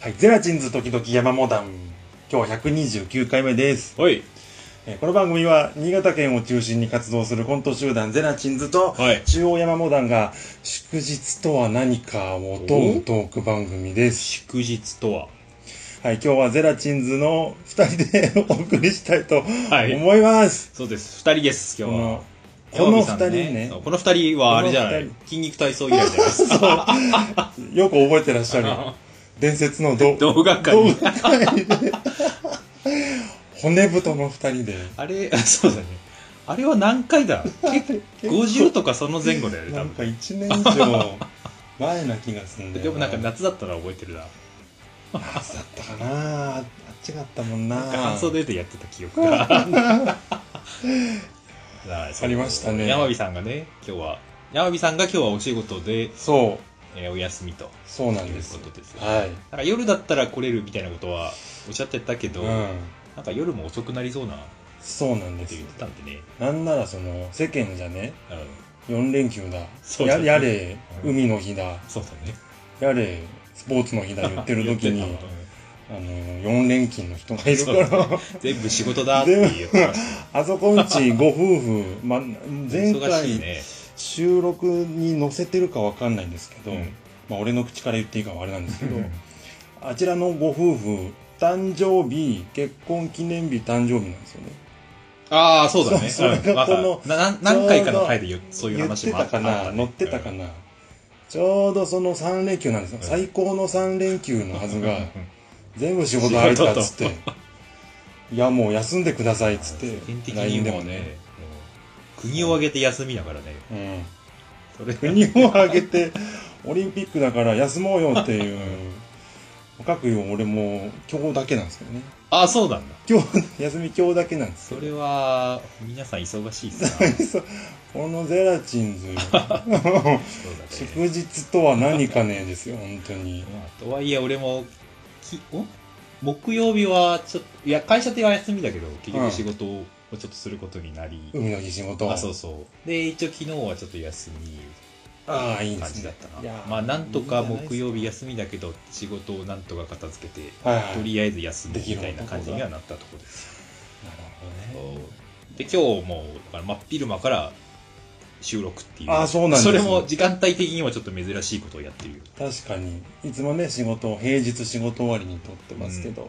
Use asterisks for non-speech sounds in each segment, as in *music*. はい、ゼラチンズ時々山モダン。今日は129回目です。はい。えーこの番組は新潟県を中心に活動するコント集団ゼラチンズと、はい中央山モダンが祝日とは何かを問うトーク番組です。祝日とは。はい、今日はゼラチンズの2人でお送りしたいとはい思います。そうです。二人です、今こ日はの。この山二口さん人ねそ、うこの二人はあれじゃなこのい二。筋肉体操以来じゃ *laughs* ないですか。よく覚えてらっしゃる。伝説のど動画館動に。画界で骨太の2人で。あれ、あ *laughs* そうだね。あれは何回だ *laughs* 結構 ?50 とかその前後だよね、多なんか分。 1年以上前な気がするんだよでもなんか夏だったら覚えてるな。夏だったかなあっちがあったもんななんか半袖でやってた記憶 *laughs* が。はいそうありましたね山火さんがね、今日は、山火さんが今日はお仕事で、そうえーお休みとそうないんでうすことですよね。はい、なんか夜だったら来れるみたいなことはおっしゃってたけど、うん、なんか夜も遅くなりそうなっそうなんですて言ってたんでね。なんならその世間じゃねうん、 4連休だそうだやねやれうん海の日だそうだね。やれスポーツの日だ言ってる時 *laughs* 言っにてたわあの4連勤の人がいるかそうだらうん全部仕事だって言ってましあそこんちご夫婦、ま、た前忙し回いね。収録に載せてるかわかんないんですけど、うんまあ、俺の口から言っていいかはあれなんですけどうんあちらのご夫婦誕生日結婚記念日誕生日なんですよねああ、そうだね。そうそれがこのうんまあな何回かの回で言うそういう言っ話てもあたったかな乗ってたかな。な、ちょうどその3連休なんですよ、うん最高の3連休のはずが全部仕事仕事空いたっつっていやもう休んでくださいっつって世 *laughs* 間的 LINE にでももうねね、うん国を挙げて休みだからね。うんそれ国を挙げてオリンピックだから休もうよっていうかくよ俺もう今日だけなんですけどねああ、そうなんだ。今日 *laughs* 休み今日だけなんですそれは、皆さん忙しいっすな。そうこのゼラチンズよそうだね祝日とは何かねですよ本当にまあ、とはいえ俺もきお木曜日はちょっといや会社では休みだけど結うん局仕事をちょっとすることになり、海の日仕事あそうそうで一応昨日はちょっと休みああいいで感すじだっねたいやなまあなんとか木曜日いいじ休みだけど仕事をなんとか片付けてゃないですかはい、はい、となるりあえず休むできみるたいな感じにはなったところですほどねで今日もだから真っ昼間から収録っていうあそうなんですねそれも時間帯的にはちょっと珍しいことをやってるよ確かにいつもね仕事を平日仕事終わりに撮ってますけど、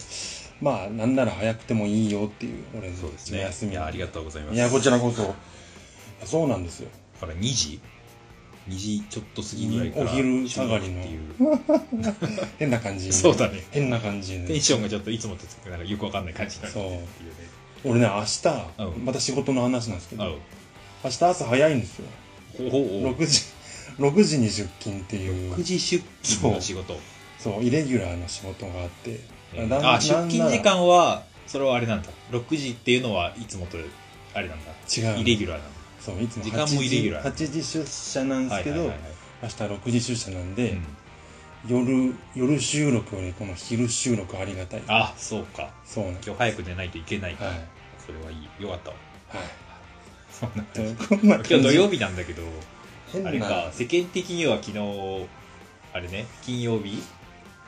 まあなんなら早くてもいいよっていう俺のそうですおね休みいやありがとうございますいやこちらこそそうなんですよだから2時2時ちょっと過ぎぐらいからお昼下がりの収録っ変な感じ *laughs* ていにうそうだね変な感じテでンションがちょっといつもとつくなんかよくわかんない感じになるってそいううね俺ね明日うんまた仕事の話なんですけあど明日朝早いんですよほうほうほう6時6時に出勤ってい9う時出勤の仕事そうイレギュラーな仕事があってえーなんあ出な勤ん時間はそれはあれなんだ6時っていうのはいつもとあれなんだ違うイレギュラーなんだそういつも時間も8時イレギュラー8時出社なんですけどはい明はいはいはい日6時出社なんうでん夜夜収録よりこの昼収録ありがたいあそうかそうなんです今日早く寝ないといけないかはいら、それはいいよかったわはいそんなと感こじんな今感日土じ曜日なんだけど変あれかな世間的には昨日あれね金曜日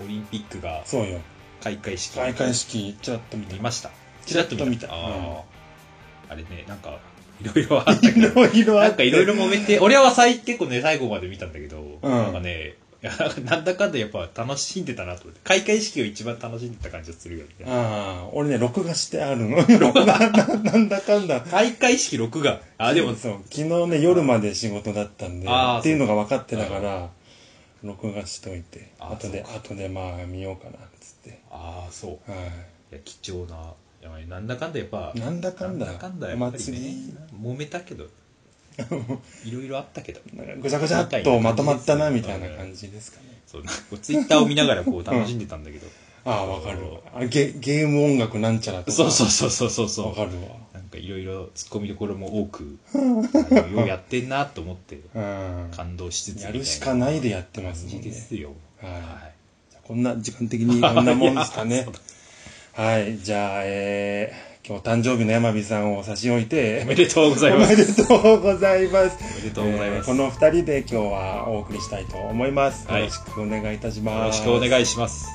オリンピックがそうよ開会式開会式ちらっと見た見ましたちらっと見たあうんあーあれねなんかいろいろあったけいどろいろあなっんてかいろいろ揉めて俺は最結構ね最後まで見たんだけど、うんなんかね *laughs* いやなんかなんだかんだやっぱ楽しんでたなと思って開会式を一番楽しんでた感じがするよねああ、俺ね、録画してあるの。録画なんだかんだ。開会式録画あでもそう、昨日ね、夜まで仕事だったんで、あーっていうのが分かってたから、録画しといて、あー後で、そうか後でまあ見ようかな、つって。ああそうはいや貴重ないやなんだかんだやっぱい。なんだかんだ、なんだかんだやっぱり祭ねり、揉めたけどいろいろあったけどなんかぐちゃぐちゃっとまとまったな、みたいな感じですかね。そうなんかツイッターを見ながらこう楽しんでたんだけど、ああ、わかるわあゲ。ゲーム音楽なんちゃらとか。そうそうそうそうそうそわかうるなんかいろいろツッコミどころも多くあのようやってんなと思ってわ。感動しつうん。つやるしかないでやってみたいまなすもん感じねで。すよはい。いこんな時間的にこんなもんです *laughs* かね。はい、じゃあ、えー、今日誕生日の山火さんを差し置いおて、めでとうございおまめすでとうございます。おめでとうございます、えーこの二人で今日はお送りしたいと思います。はいよろしくお願いいたします。よろしくお願いします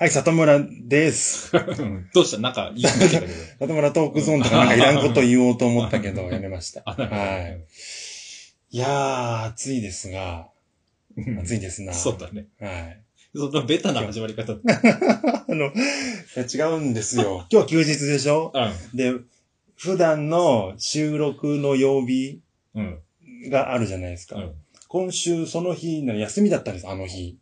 はい、里村です。うんどうしたなんか言いかけたけど。里村トークゾーンとかなんかいらんこと言おうと思ったけ *laughs* ど、やめました。あ、なんかはい。いやー、暑いですが、うん暑いですな。そうだね。はい。そのベタな始まり方。うん。 *laughs* あの、いや違うんですよ。今日休日でしょで、普段の収録の曜日うん。があるじゃないですか。うん。今週その日の休みだったんです、あの日。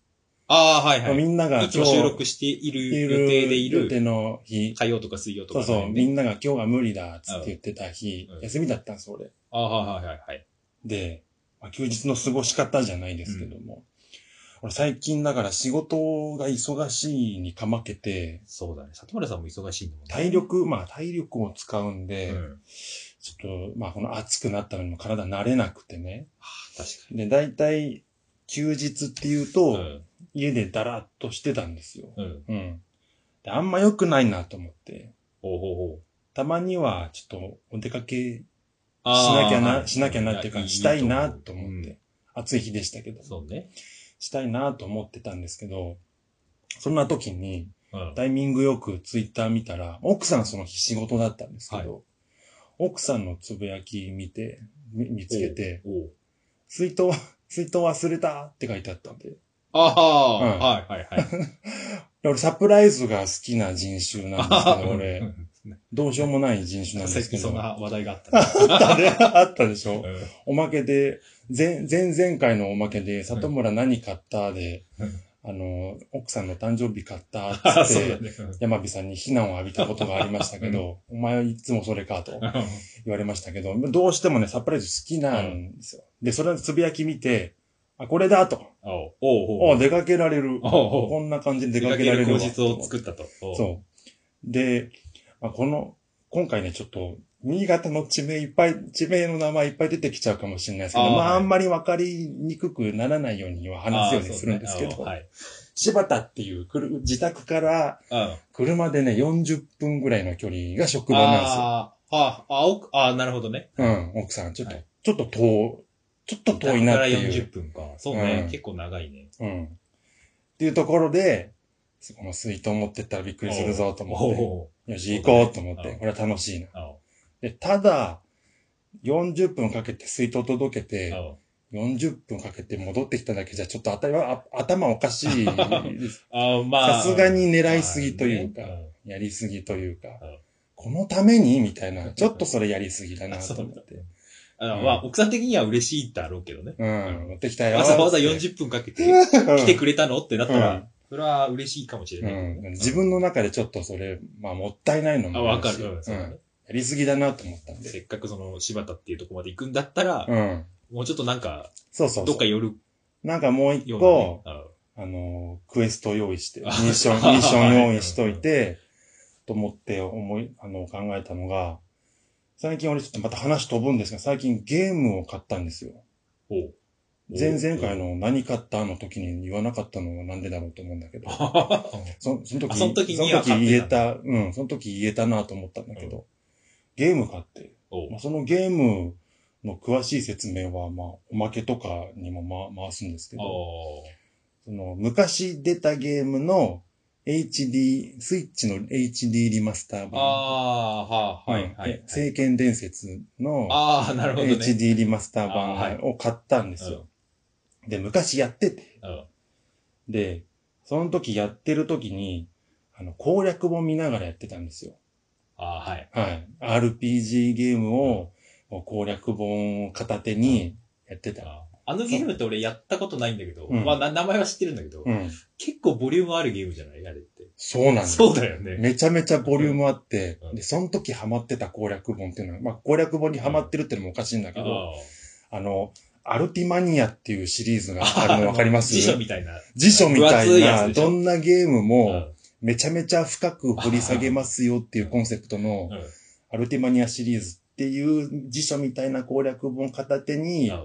ああ、はいはみい。んながいつも収録しているい予る定でい予る定の日。火曜とか水曜とそかうね。そう、みんなが今日は無理だっつって言ってた日、うん休みだったんです、俺。ああ、はいはいはい。で、まあ、休日の過ごし方じゃないですけども。俺最近だから仕事が忙しいにかまけて、そうだね。里村さんも忙しいんだもんね。体力、まあ体力を使うんで、うん。ちょっと、まあこの暑くなったのにも体慣れなくてね。ああ、確かで、大体休日っていうと、に。うん。家でダラっとしてたんですよ。うん。うん。であんま良くないなと思って、ほうほうほう。たまにはちょっとお出かけしああなきゃはな、しなきゃなっていうか、したいなと思っ。やて、暑い日でしたけどうん、そうね。したいなと思ってたんですけど、そんな時に、うん。タイミングよくツイッター見たら、奥さんその日仕事だったんですけど、奥さんのつぶやき見て、み見つけて、おう。水筒、 *laughs* 水筒忘れたって書いてあったんで、ああ、うんはいはい *laughs* はい。俺サプライズが好きな人種なんですけ *laughs* ど、う俺、んどうしようもない人種なん *laughs* さでっすけきどそん、な話題があ *laughs* ったね。あれ *laughs* あったでしょうんおまけで、前、前々回のおまけで、里村何買ったで、うんあの、奥さんの誕生日買ったっ *laughs* ああ、つそっうだて、ね。うん山火さんに非難を浴びたことがありましたけど、お前はいつもそれかと *laughs* 言われましたけど、どうしてもね、サプライズ好きなんですよ。で、それのつぶやき見て、あ、これだと。おうおうおおう出かけられる。おうおうこんな感じで出かけられるわ。出かける口実を作ったと。おうそう。で、まあ、この、今回ね、ちょっと、新潟の地名いっぱい、地名の名前いっぱい出てきちゃうかもしれないですけど、あーまあ、はいあんまりわかりにくくならないようには話すようにするんですけああそど、うねはい。柴田っていうくる自宅からうん。車でね、40分ぐらいの距離が職場なんですよ。ああ、ああ、青く、ああ、なるほどね。うん、奥さん、ちょっと、はいちょっと遠、ちょっと遠いなってだいからう40。分か。そうね。うん結構長いね。うん。っていうところで、この水筒持ってったらびっくりするぞとおう思おうって、よし、行こうと思っそうて、だねこれは楽しいな。おうで、ただ、40分かけて水筒届けおて、う40分かけて戻ってきただけじゃ、ちょっと頭はあ頭おかしいです。ああ、まさあ。すがに狙いすぎというかまあねやりすぎというかうん、このためにみたいな、ちょっとそれやりすぎだなあとそう思って。うんあうあんまあ、奥さん的には嬉しいだろうけどね。うん、持ってきたよ。わざわざ40分かけて分来てくれたのってなったうらん、それは嬉しいかもしれうないけどんね。自分の中でちょっとそれ、まあもったいないのあ、もわかしる。うんそうだうんねやりすぎだなと思ったんで。せっかくその、柴田っていうとこまで行くんだったら、うん。もうちょっとなんか、そうそうどそっかう。寄るなんかもうよ一うなね個、うんあの、クエスト用意して、ミあッ *laughs* ション、はいミッション用意しといて、と思って思い、あの、考えたのが、最近俺ちょっとまた話飛ぶんですが、最近ゲームを買ったんですよ。おう。前々回の何買ったの時に言わなかったのはなんでだろうと思うんだけど、そその時あその時にその時は買って言えた、うん、その時言えたなと思ったんだけど、ゲーム買って、おうまあ、そのゲームの詳しい説明は、まあ、おまけとかにも、ま、回すんですけど、おうその昔出たゲームの HD、スイッチの HD リマスターあ版。あ、はあ、はい、はいはい。聖剣伝説のああ、なるほどね。 HD リマスターあー版を買ったんですよ。で、昔やってて。うんで、その時やってる時に、あの、攻略本見ながらやってたんですよ。ああ、はい。はい。RPG ゲームを、こう攻略本を片手にやってた。ああのゲームって俺やったことないんだけど、うんまあな名前は知ってるんだけど、うん。結構ボリュームあるゲームじゃないあれって。そうなんですそうだよね。めちゃめちゃボリュームあってうんう、んで、その時ハマってた攻略本っていうのは、まあ、攻略本にハマってるっていうのもおかしいんだけど、あの、アルティマニアっていうシリーズがあるのわかり *laughs* ます辞書みたいな。辞書みた分厚いいやつな、でしょどんなゲームうもんめちゃめちゃ深く掘り下げますよっていうコンセプトのうんアルティマニアシリーズっていう辞書みたいな攻略本片手にあ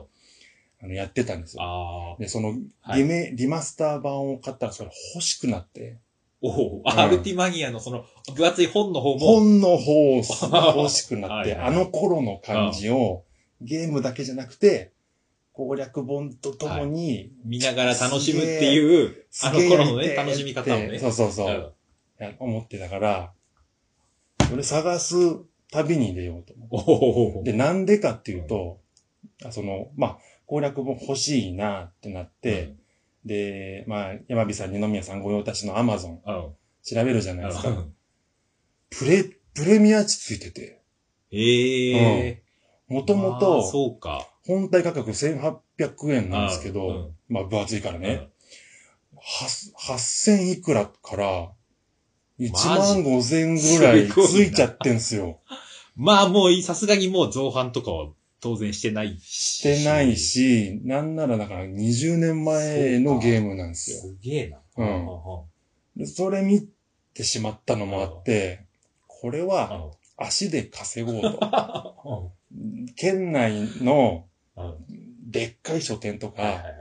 あのやってたんですよ。あ。で、そのはいリメ、リマスター版を買ったらそれ欲しくなって、おう、うんアルティマニアのその、分厚い本の方も、本の方をす欲しくなっはいて、はいあの頃の感じをゲームだけじゃなくて、攻略本とともに、見ながら楽しむっていう、すあのげえ頃のね、やりてえ楽しみ方をね。そうそうそう。うんいや思ってたから、それ探す旅に出ようと思おほほほほう。で、なんでかっていうと、あその、まあ、攻略本欲しいなってなって、で、まあ、山火さん、二宮さん御用達のアマゾンうん、うん調べるじゃないですうか。んプレ、プレミア値ついてて、ええもー。ともあーと、そうか。本体価格1800円なんですけうどん、まあ、分厚いからね。はっ8000いくらから、1万5000ぐらいすつごいないちゃってんすよ。うん。まあもう、さすがにもう造反とかは当然してないし。してない。し、なんならだから20年前のゲームなんですよ。すげえな。うんうんうんでそれ見てしまったのもあって、これうはん足で稼ごうと。 *laughs* うん県内のうんでっかい書店とはいはいか、はい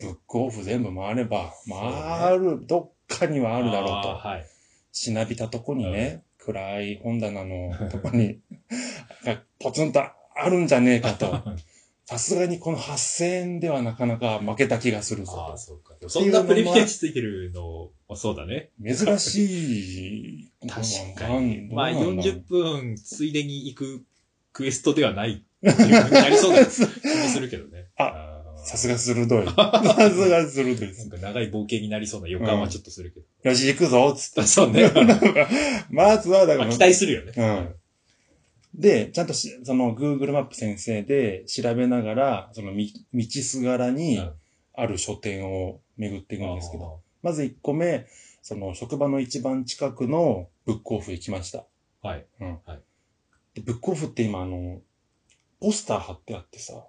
ブックオフ全部回れば、ね回る、どっかにはあるだろうとあ。ーはい。しなびたとこにね、暗い本棚のとこに、がポツンとあるんじゃねえかと。さすがにこの8000円ではなかなか負けた気がするあぞあ、。そうか。そんなプレミアついてるの、まあそうだね。珍しい。確かに。まあ、どうなんだろう40分ついでに行くクエストではないっていうふうになりそうな気もするけどね。あーさすが鋭い。さすが鋭いでなすん。か長い冒険になりそうな予感はちょっとするけど。よし、行くぞつっそうね。て。まずは、だかまあら期、待するよね。うん。で、ちゃんとし、その、Google マップ先生で調べながら、そのみ、道すがらにうん、ある書店を巡っていくんですけど、ど。まず1個目、その、職場の一番近くのブックオフ行きました。はい。でブックオフって今、あの、ポスター貼ってあってさ、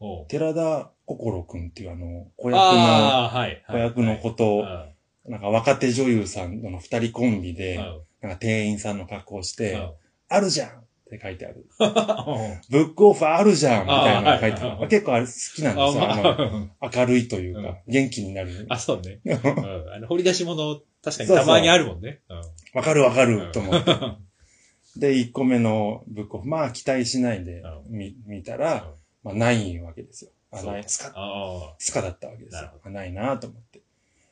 おう寺田心くんっていうあの、子役の、ああ、はい。子役の子とと、なんか若手女優さんの二人コンビで、なんか店員さんの格好をして、あるじゃんって書いてある。ブックオフあるじゃんみたいなの書いてあーあはいる。まあ結構あれ好きなんですよ。あの、明るいといううかん、元気になる。あ、そうね。うんあの、掘り出し物、確かにたまにあるもんね。うんわかるわかうんると思って。 *laughs* で、一個目のブックオフ、まあ期待しないでう見見たうんら、まあないわけですよ。あ、そうない。つかあスカだったわけですなよるほ。あないなと思って。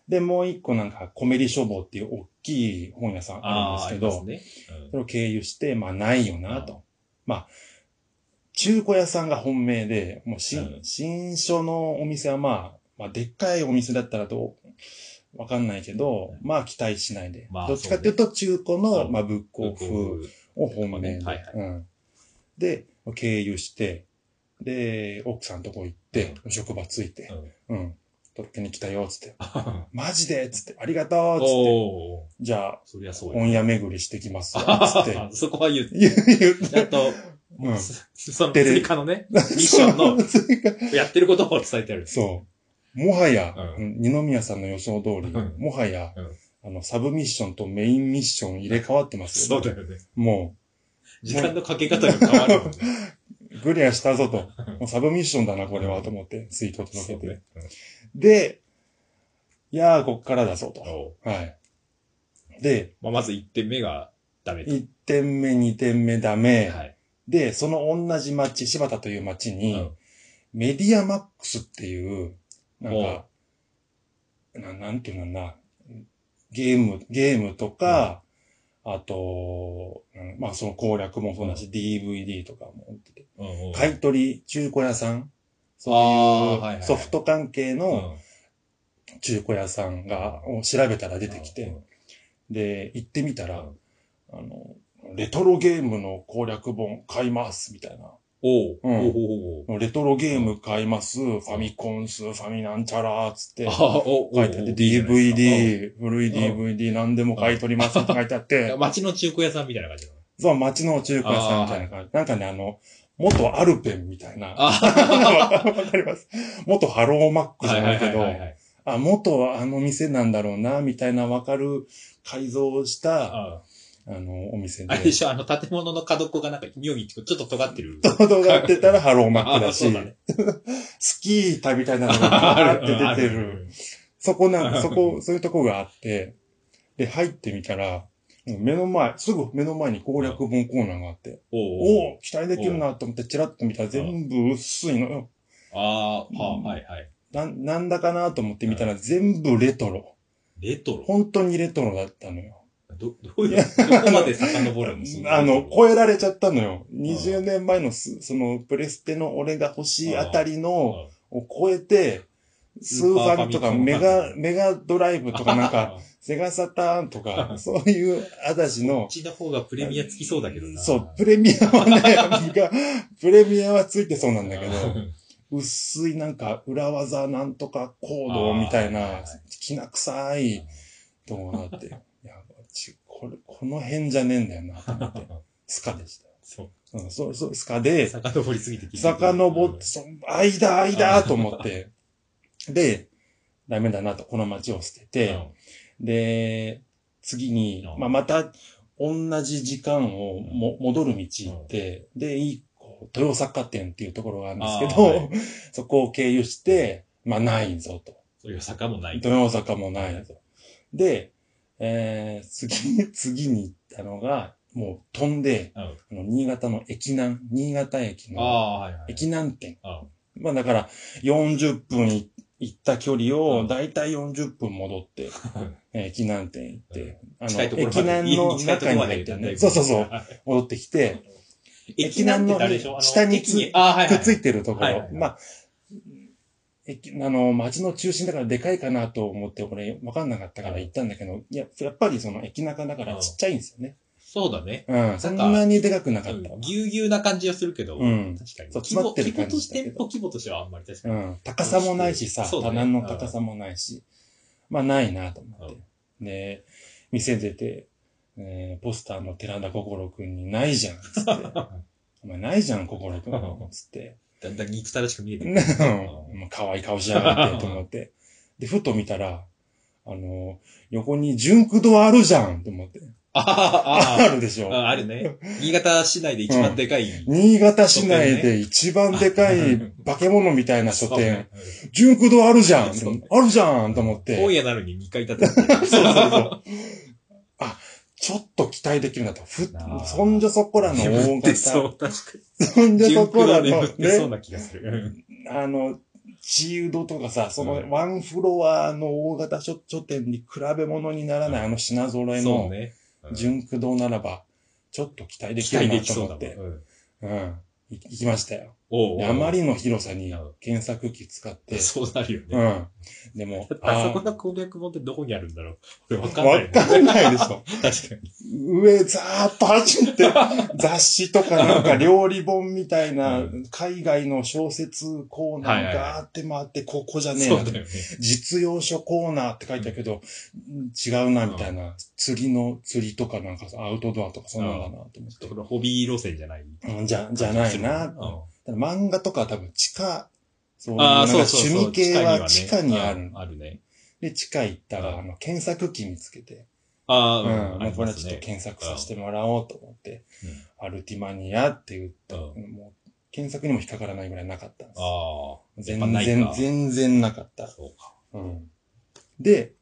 で、もう一個なんか、コメリ書房っていう大きい本屋さんあ、あああ、あるんりでますけすど、ね。それを経由して、まあないよなと。まあ、中古屋さんが本命で、もう新、うん新書のお店はまあ、まあ、でっかいお店だったらどう、わかんないけど、まあ期待しないで。まあどっちかっていうと、中古の、うんまあ、ブックオフフ。を本命で。はいはいうん、で、経由して、で、奥さんとこ行って、職場ついて、うん。届けに来たよ、つって。マジでつって、ありがとうつって。おお、じゃあ、そりゃそうや。本屋巡りしてきますよ、つ *laughs* って。そこは言う。言う、言ちゃんと、うんその追加のね、ミッションのの。やってることを伝えてある。そう。もはや、ううん二宮さんの予想通り、うんもはや、うんあの、サブミッションとメインミッション入れ替わってますそよ、うだよね。も時間のかけ方が変わるもんね。う、グリアしたぞと。うんもうサブミッションだな、これうは、んと思って、ツイートを届そけうて。ね。で、いやー、こっからだぞと。おうはい。で、まあまず1点目がダメと。 1点目、2点目ダメ。はい。で、その同じ町、柴田という町に、うんメディアマックスっていう、なんおか、ななんていうのかな、ゲーム、ゲームとか、あと、うんまあその攻略もそうだし、DVD とかも売ってて、うんうん買い取り、中古屋さん、あーそうはいはいいはういソフト関係うんの中古屋さんが、を調べたら出てきて、で、行ってみたうんら、あの、レトロゲームの攻略本買います、みたいな。おうおうんうおうおうレトロゲーム買います、ファミコンス、ファミなんちゃら、つってあ、あおうおう書いてあって、DVD、古い DVD、何でも買い取りますって書いてあっいやて、街の中古屋さんみたいな感じなの。そう、街の中華屋さんみたいな感じ。なんかね、あの、元アルペンみたいな。わあかります。元ハローマックじはゃいはないいはけどいは、いはい。あ、元あの店なんだろうな、みたいなわかる改造した、ああの、お店であれ。でしょあの、建物の角っこがなんか妙にちょっと尖ってる。動画ってたらハローマックだあそうしだね、スキー旅みたいなの *laughs* がバーって出てる。。そこなん *laughs* そこ、そういうとこがあって、で、入ってみたら、もう目の前、すぐ目の前に攻略本コーナーがあって、おうおうおお期待できるなと思ってチラッと見たら全部薄いのよ。あー、あー、はいはい。なん、なんだかなと思ってみたら、全部レトロ。レトロ本当にレトロだったのよ。ど、 *laughs* どういう、どこまで遡るのそあレのト、ロ超えられちゃったのよ。20年前のす、その、プレステの俺が欲しいあたりの、を超えて、スーファミとかスーパーファミコンメガ、メガドライブとかなんか、 *laughs* あーセガサターンとか、そういうあたしこのっ、ちの方がプレミアつきそうだけどな。そう、プレミアはね、 *laughs* がプレミアはついてそうなんだけどあ、ー薄いなんか裏技なんとかコードみたいあーはいは、ないきな臭い動画があって、い *laughs* や、ち、これ、この辺じゃねえんだよな、と思 *laughs* って。スカでした。 *laughs* そう。うん、そう、そう、スカで、遡りすぎて聞いてくる遡って、その間、間、と思って、で、ダメだなと、この街を捨てて、で、次にう、んまあ、また、同じ時間をも、戻る道行って、で、一個、豊坂店っていうところがあるんですけど、あーは *laughs* そこを経由して、まあ、ないぞと。そういう坂もない。豊坂もないぞ。で、えー、次、 *laughs* 次に行ったのが、もう飛んで、うんあの新潟の駅南、新潟駅あのあ、はいはい。駅南店。あまあだから、40分い行った距離うを、んだいたい40分戻 *laughs* って、んえー駅南店行って、あ近いところ駅まで、南家のに近い中ところにまで入っ行てったんだね、よそうそうそう、。戻ってきて、 *laughs* 駅南って誰でしょあの下に駅に、ああ、はいくはっつい。いてるとこはいはいろは、いまあ、駅、あの、街の中心だからでかいかなと思って、俺、わかんなかったから行ったんだけど、いや、やっぱりその駅中だからちっちゃいんですよね。そうだね。うん、そんなにでかくなかったわ。ぎゅうぎゅうな感じはするけど、うん確かに。そう規詰模まってる感じだけど規模として、店舗規模としてはあんまり確かうに。ん、高さもないしさ、そうだね棚の高さもないし、まあないなと思って。で、店出て、えーポスターの寺田心くんにないじゃん、つ *laughs* って。お前ないじゃん、心くん、つって。だんだん憎たらしく見えてくる。うん *laughs* もう可愛い顔しやがって、と思って。で、ふと見たら、あの、横に純駆堂あるじゃん、と思って。あああ、あるでしょあ、。ああるね。新潟市内で一番でかい。新潟市内で一番でかい *laughs* 化け物みたいな書店、そう。純駆堂あるじゃん、そうねあるじゃん、と思って。本屋なのに2階建ててる。 *laughs* そうそう *laughs* そう。あ、ちょっと期待できるなと。ふなあそんじょそこらの大眠って型。そ、そう確かに。んじょそこらの眠ってそうね、な気がする。あの、チーウドとかさ、そうんのワンフロアの大型書書店に比べ物にならないあの品揃えそうのね。うん純駆動ならば、ちょっと期待でき期る待でなきとそう思っだもんて。うん。うん。い行きましたよ。おうおうであまりの広さにうん検索機使って、そうなるようね。ん。でもだっ、てあそこあの攻略本ってどこにあるんだろう俺わー、かんないわよね。かんないでしょ。確かに。上ざーっと走って、 *laughs* 雑誌とかなんか料理本みたいなうん海外の小説コーナーがあって回って、ここじゃねえそなうだ。よね。実用書コーナーって書いてあるけど、違うなみたいな。釣りの釣りとかなんかさアウトドアとかそんなんだなと思ってこのホビー路線じゃない。うん。じゃ、じゃないな。うんただ漫画とかは多分地下、そういうあなあ、んかそうそうそう。趣味系は地下にあねるう。んあるね。で、地下行ったうんら、あの、検索機見つけて、ああ、うん、あもうりこれはますちょっねと検索させてもらおうと思って、アルティマニアって言った、うもう検索にも引っかからないぐらいなかったんです。あ全やっぱない然か、全然なかっあ、た。そうか。うん、で、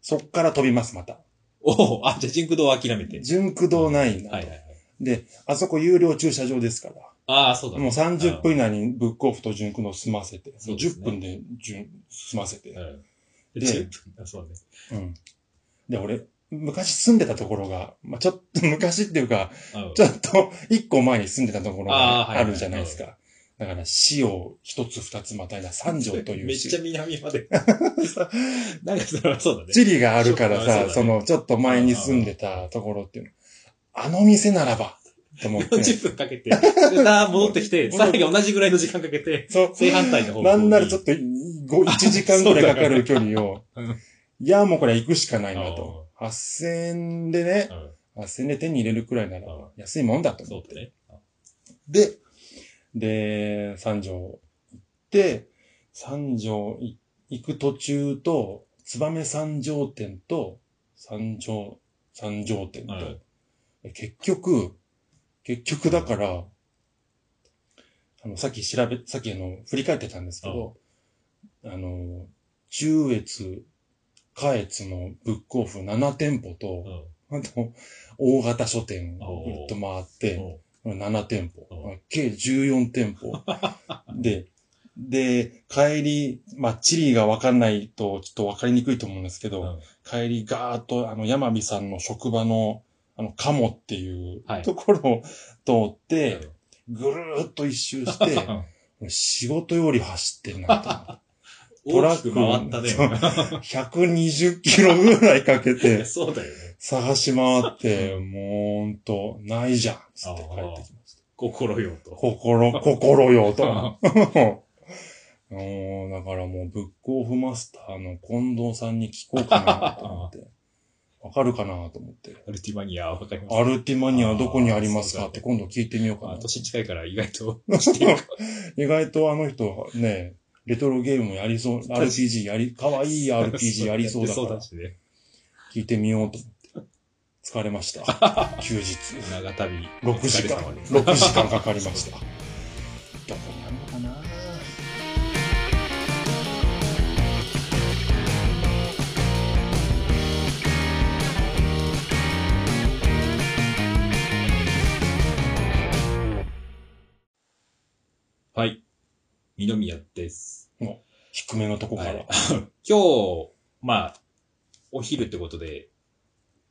そっから飛びます、また。おお、あ、じゃあ、人工堂は諦めて。純駆動ないなと、はいはいはい。で、あそこ有料駐車場ですから。ああ、そうだね。もう30分以内にブックオフと純駆動済ませて、そうで10すね分で純済ませて、うん。でで、10分あそうね。うん。で、俺、昔住んでたところが、まあ、ちょっと昔っていうか、うんちょっと、一個前に住んでたところあーがはいはあいるじゃないですか。だから、市を一つ二つまたいだ三条というめっちゃ市。南まで。 *laughs* なんかそれはそうだね。地理があるからそうださ、ねその、ちょっと前に住んでたところっていうの。あの店ならば、と思っ *laughs* て。 40分かけて、また戻ってきて、戻さるらに同じぐらいの時間かけて、そ正反対の方う。向になんならちょっと、ご1時間ぐらいかかる距離 *laughs* をうん。 *laughs* いや、もうこれ行くしかないなと。8000円でね、うん8000円で手に入れるくらいならうん、安いもんだと思そっうてだ。ね。で、で、三条行って、三条い行く途中と、燕三条店と、三条、三条店と、はい結局、結局だから、あの、さっき調べ、さっきあの、振り返ってたんですけど、あの、中越、下越のブックオフ7店舗うと、んあと、大型書店をぐるっと回って、うん7店舗う。 *laughs* 計14店舗。で、で、帰り、まあ、地理がわかんないと、ちょっとわかりにくいと思うんですけど、うん帰りガーッと、あの、山美さんの職場の、あの、カモっていうはいところを通って、ぐるーっと一周して、 *laughs* もう仕事より走ってるなトラッ大きクく回ったと。ね。 120キロぐらいかけて、 *laughs* そうだよね。探し回って、もうほんと、ないじゃん、つって帰ってきました。心よと。心、心よと。あ *laughs* うんだからもう、ブックオフマスターの近藤さんに聞こうかなと思 *laughs* って。わかるかなと思って。アルティマニア、わかります。アルティマニアどこにありますあかーって今度聞いてみようかあな。年近いから意外と知って *laughs* るか。意外とあの人ね、レトロゲームやりそう、RPG やり、かわいい RPG やりそうだかやってらだ、しね。聞いてみようと思って。疲れま *laughs* した。休日。長旅。 6時間、6時間かかりま *laughs* した。どこにあるのかなはい。二宮です。低めのとこから。はい今日、まあ、お昼ってことで、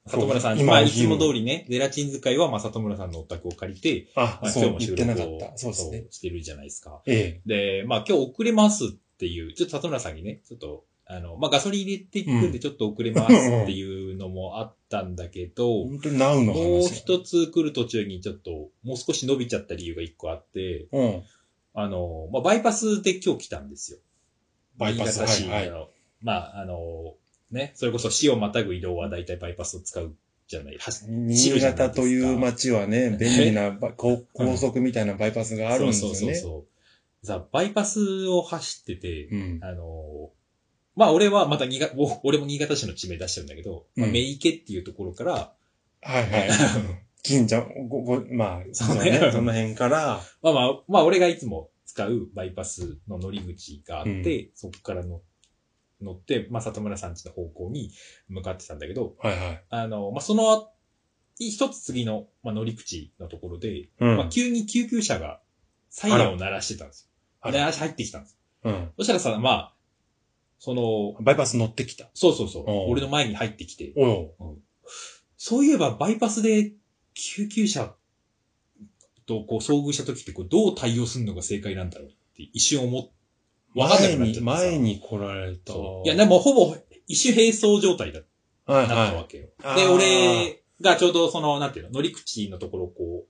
里村さん、そうまあ、今おいつ昼も通りね、ゼラチン使いは、まあ、里村さんのお宅を借りて、あ、まあ、そう、言っ収て録なかをった。そうですねそ。してるじゃないですか。えで、まあ今日遅れますっていう、ちょっと里村さんにね、ちょっと、あの、まあガソリン入れていくんうんでちょっと遅れますっていうのもあったんだけえ。ど、本当にナウの話。もう一つ来る途中にちょっと、もう少し伸びちゃった理由が一個あって、うん。あの、まあバイパスで今日来たんですよ。バイパス新潟市はいはいあのまああの、ね、それこそ市をまたぐ移動は大体バイパスを使うじゃない、は新潟という街はね、便利な *laughs* ば高うん高速みたいなバイパスがあるんですよね。そうそうそうそう。さ、バイパスを走ってて、うん。あのーまあ俺はまた新潟、お俺も新潟市の地名出してるんだけど、まあ、うん目池っていうところから、はい *laughs* はい。近所、ご、ご、まあ、そうそうねね。その辺から、まあまあ、まあ俺がいつも使うバイパスの乗り口があって、そこからの乗って、まあ里村さん家の方向に向かってたんだけど、はいはい。あのーまあその、一つ次の、まあ、乗り口のところで、うん。まあ急に救急車がサイレンを鳴らしてたんですよ。あで、ら入ってきたんです。うん。そしたらさ、まあ、その、バイパス乗ってきた。そうそうそうお、う俺の前に入ってきて、およ。そういえばバイパスで救急車とこう遭遇した時ってこうどう対応するのが正解なんだろうって一瞬思っ、わかんな前くなっちゃに、ってさ前に来られた。そういや、でもほぼ一種並走状態だっはいたなったわはけよ。い。で、あー、俺がちょうどその、なんていうの、乗り口のところをこ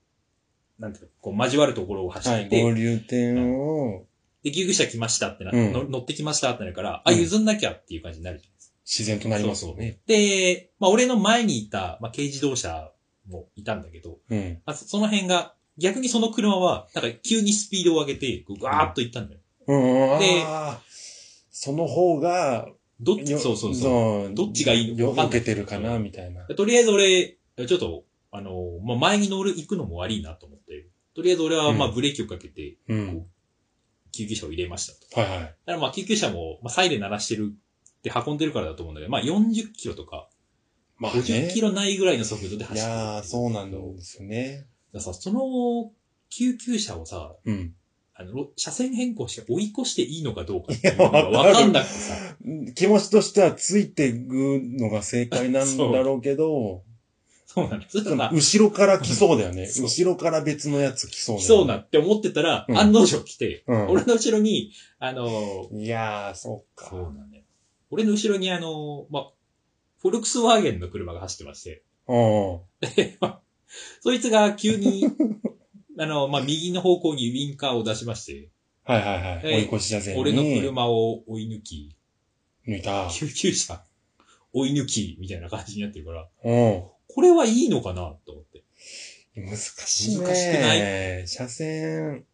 う、なんていうの、こう交わるところを走はっい、て、合流点を、で、救急車来ましたってな、うんの乗ってきましたってなるから、うあ、ん譲んなきゃっていう感じになるじゃないですか。自然となりますよね。で、まあ俺の前にいた、まあ軽自動車もいたんだけど、うん。あそその辺が、逆にその車は、なんか急にスピードを上げて、こうガーッと行ったんだよ。うん。であーその方が、。どっち、そうそうそうどっちがいいのよわかんない避けてるかな、みたいな。う。とりあえず俺、ちょっと、あのー、まあ、前に乗る、行くのも悪いなと思って、とりあえず俺は、うんまあ、ブレーキをかけて、うん。救急車を入れましたと。はいはい。だからまあ、救急車も、まあ、サイレン鳴らしてるって運んでるからだと思うんだけど、まあ、40キロとか、まあ50ね。キロないぐらいの速度いで走ってるってやー、そうなんだ。だかですよね。らさ、その、救急車をさ、うん。あの、ろ車線変更して追い越していいのかどうかっていうのがわかんなくてさ。気持ちとしてはついていくのが正解なんだろうけど、そうなの。そしたらさ後ろから来そうだよね。そう後ろから別のやつ来そうだ来よそうなって思ってたら、うん案の定来て、うん俺の後ろに、あのーいやー、そうか。そうなんだよ。俺の後ろにあのーま、フォルクスワーゲンの車が走ってまして、うん。そいつが *laughs* 急に、あのーま、右の方向にウィンカーを出しまして、はいはいはい。え追い越し車線に。俺の車を追い抜き、抜いた。救急車追い抜き、みたいな感じになってるから、うん。これはいいのかなと思って。難しいね。難しくない車線、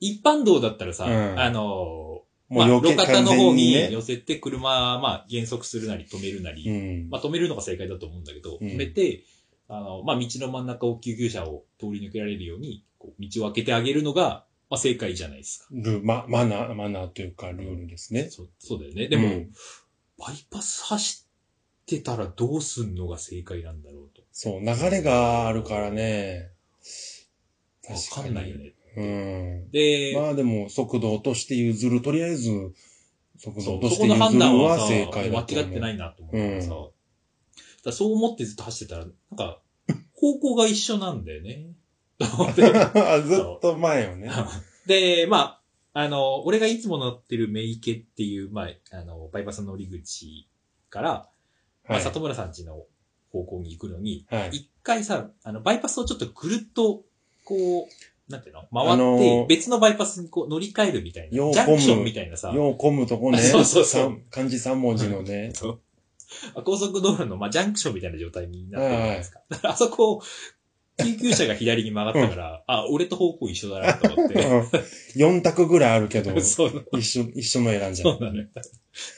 一般道だったらさ、うんあのーもうま余計路肩の方完に全ね寄せて車、まあ、減速するなり止めるなり、うん。まあ、止めるのが正解だと思うんだけど、うん止めて、あの、まあ、道の真ん中を救急車を通り抜けられるように、こう、道を開けてあげるのが、まあ、正解じゃないですか。ルマ、マナー、マナーというかルールですね。そう、そうだよね。でも、うんバイパス走ってたらどうすんのが正解なんだろうと。そう、流れがあるからね。わかんないよね。ううて。ん。で、まあでも、速度落として譲る、とりあえず、速度そう落とそしこての譲判断るははさ、正解間だと思う。違ってないなと思ってさ、うだからそう思ってずっと走ってたら、なん *laughs* か、方向が一緒なんだよね。と思って。あ *laughs* ずっと前よね。で、まあ、あの、俺がいつも乗ってるメイケっていう、まあ、あの、バイパスの乗り口から、まはあ、い。里村さん家の方向に行くのに、はい。一回さ、あの、バイパスをちょっとぐるっと、こう、なんていうの回って、あのー別のバイパスにこう乗り換えるみたいよな。うジャンクションみたいなさ、よう混むとこね。 *laughs* そうそうそうさん漢字3文字の *laughs* ね。高速道路の、まあ、ジャンクションみたいな状態になってるじゃないですか。だからあそこを、救急車が左に曲がったから、あ、俺と方向一緒だなと思 *laughs* って。 *laughs* 4択ぐらいあるけど、そう、一緒、一緒の選んじゃそうう。なのよ。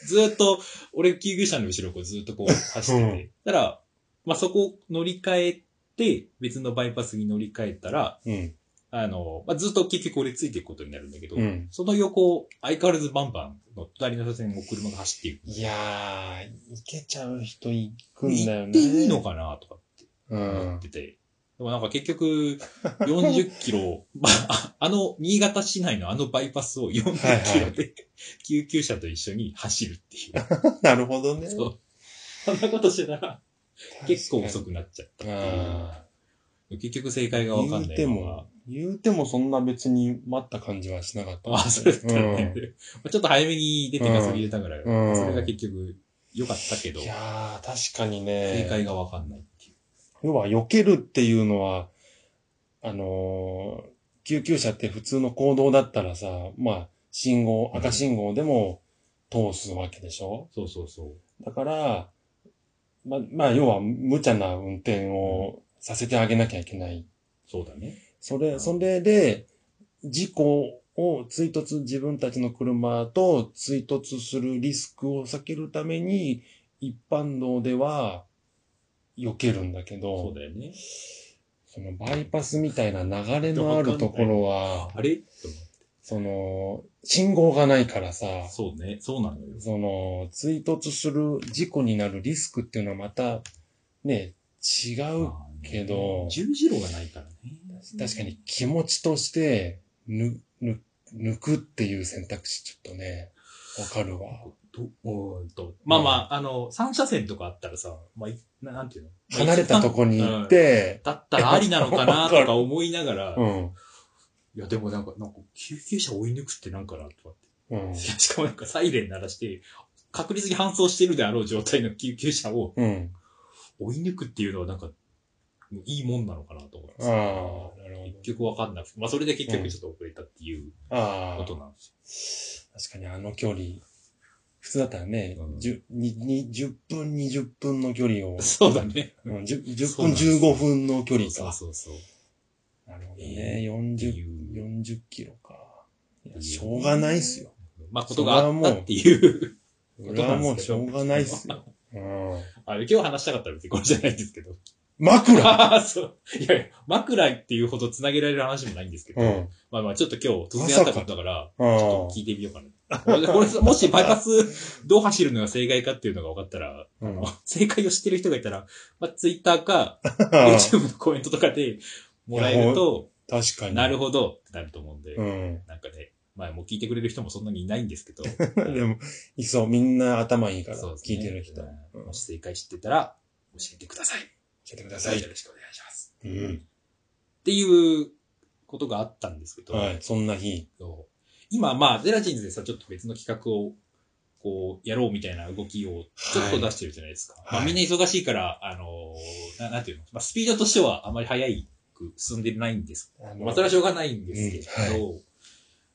ずーっと、俺救急車の後ろをこうずーっとこう走ってて。たら、まあ、そこを乗り換えて、別のバイパスに乗り換えたら、うん。あの、まあ、ずっと結局俺ついていくことになるんだけど、うん。その横を相変わらずバンバンの隣の車線を車が走っていく。いやー、いけちゃう人行くんだよ行ね。っていいのかなとかう思っんて。て。でもなんか結局、40キロ、まあ、あの、新潟市内のあのバイパスを40キロで、救急車と一緒に走るっていう。なるほどね。そうそんなことしてたら、結構遅く。くなっちゃったってあいう。結局正解ーがわか言んなういてのがも。、言うてもそんな別に待った感じはしなかった。あ、そうだったね。うちょっと早めに出てガソリン入れたから、うんそれが結局良かったけどい、やー、確かにね。正解がわかんないっていう。要は、避けるっていうのは、あのー救急車って普通の行動だったらさ、まあ、信号、うん赤信号でも通すわけでしょ、そうそうそう。だから、ま、まあ、要は、無茶な運転をさせてあげなきゃいけない。そうだね。そうれ、んそれで、事故を追突、自分たちの車と追突するリスクを避けるために、一般道では、避けるんだけど、そうだよね。そのバイパスみたいな流れのあるところは、あれとその、信号がないからさ、そうね。そうなのよ。その、追突する事故になるリスクっていうのはまた、ね、違う。まあねけど十字路がないからね。確かに気持ちとして、ぬ、ぬ、抜くっていう選択肢ちょっとね、わかるわ。どうーんとまあまあ、あの、三車線とかあったらさ、まあ、いななんていうの離れたとこに行っ、 *laughs* て、まあ一番うんだったらありなのかなとか思いながら、 *laughs* ういん。やでもなんか、なんか救急車追い抜くってなんかなとかって。うん。 *laughs* しかもなんかサイレン鳴らして、確実に搬送してるであろう状態の救急車をうん。追い抜くっていうのはなんか、もういいもんなのかなと思ってああ、なるほ結局わかんなくて、まあそれで結局ちょっと遅れたっていうど。あこあと。なんです確かにあの距離、普通だったらね、うんじゅにに10分20分の距離をよ。、そうだね。うん、10, 10そうな分んですよ15分の距離か。そうそうそう。っなるほどね、40、ていう40キロか。いいや、うしょうがないっすよ。まあことがあったっていう。これはもうしょうがないっすよ。うん、 *laughs* あ今日話したかったら別にこれじゃないんですけど。枕ああ、 *laughs* そう。いやいや、枕っていうほど繋げられる話もないんですけど。うん。まあまあちょっと今日突然あったことだから、あちょあっと聞いてみようかな。 *laughs* これ、もしバイパス、どう走るのが正解かっていうのが分かったら、 *laughs* うん。正解を知ってる人がいたら、まあ、ツイッターか、確 YouTube のコメントとかでもらえると、かに。なるほどってなると思うんで、うん。なんかね、まあもう聞いてくれる人もそんなにいないんですけど、 *laughs* でも、いっそう、みんな頭いいから、そうです聞ねいてる人。教うんもし正解知ってたら、教えてください。えてくださいよ。ろしくお願いします。うん。っていうことがあったんですけど、はい、そんな日。そう今、まあ、ゼラチンズでさ、ちょっと別の企画を、こう、やろうみたいな動きをちょっと出してるじゃないですか。はいまあ、みんな忙しいから、あのーな、なんていうの、まあ、スピードとしてはあまり速く進んでないんです。あのまあ、それはしょうがないんですけど、う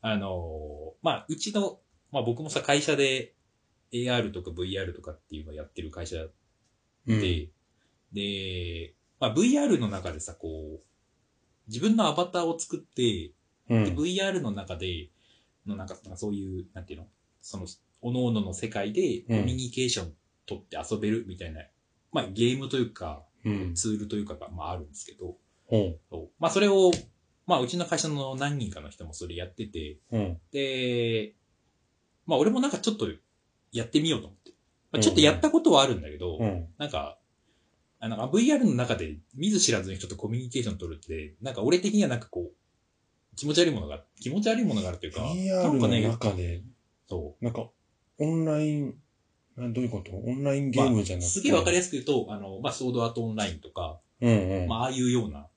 あのーまあ、うちの、まあ、僕もさ、会社で AR とか VR とかっていうのをやってる会社で、うん。で、まあ、VR の中でさ、こう、自分のアバターを作って、うでん。 VR の中で、のなんか、なんかそういう、なんていうのその、おののの世界でコうんミュニケーション取って遊べるみたいな、まあゲームというか、うん。ツールというかが、まああるんですけど、うん。そうまあそれを、まあうちの会社の何人かの人もそれやってて、うん。で、まあ俺もなんかちょっとやってみようと思って。まあ、ちょっとやったことはあるんだけど、うん。なんか、あなんか VR の中で見ず知らずの人とコミュニケーション取るって、なんか俺的にはなんかこう、気持ち悪いものが、気持ち悪いものがあるというか、な VR んのかね、中で、そなんか、オンライン、などういうことオンラインう。ゲームじゃまなあくて。すげえわかりやすく言うと、あの、まあ、ソードアートオンラインとか、うんうん。まあ、ああいうような、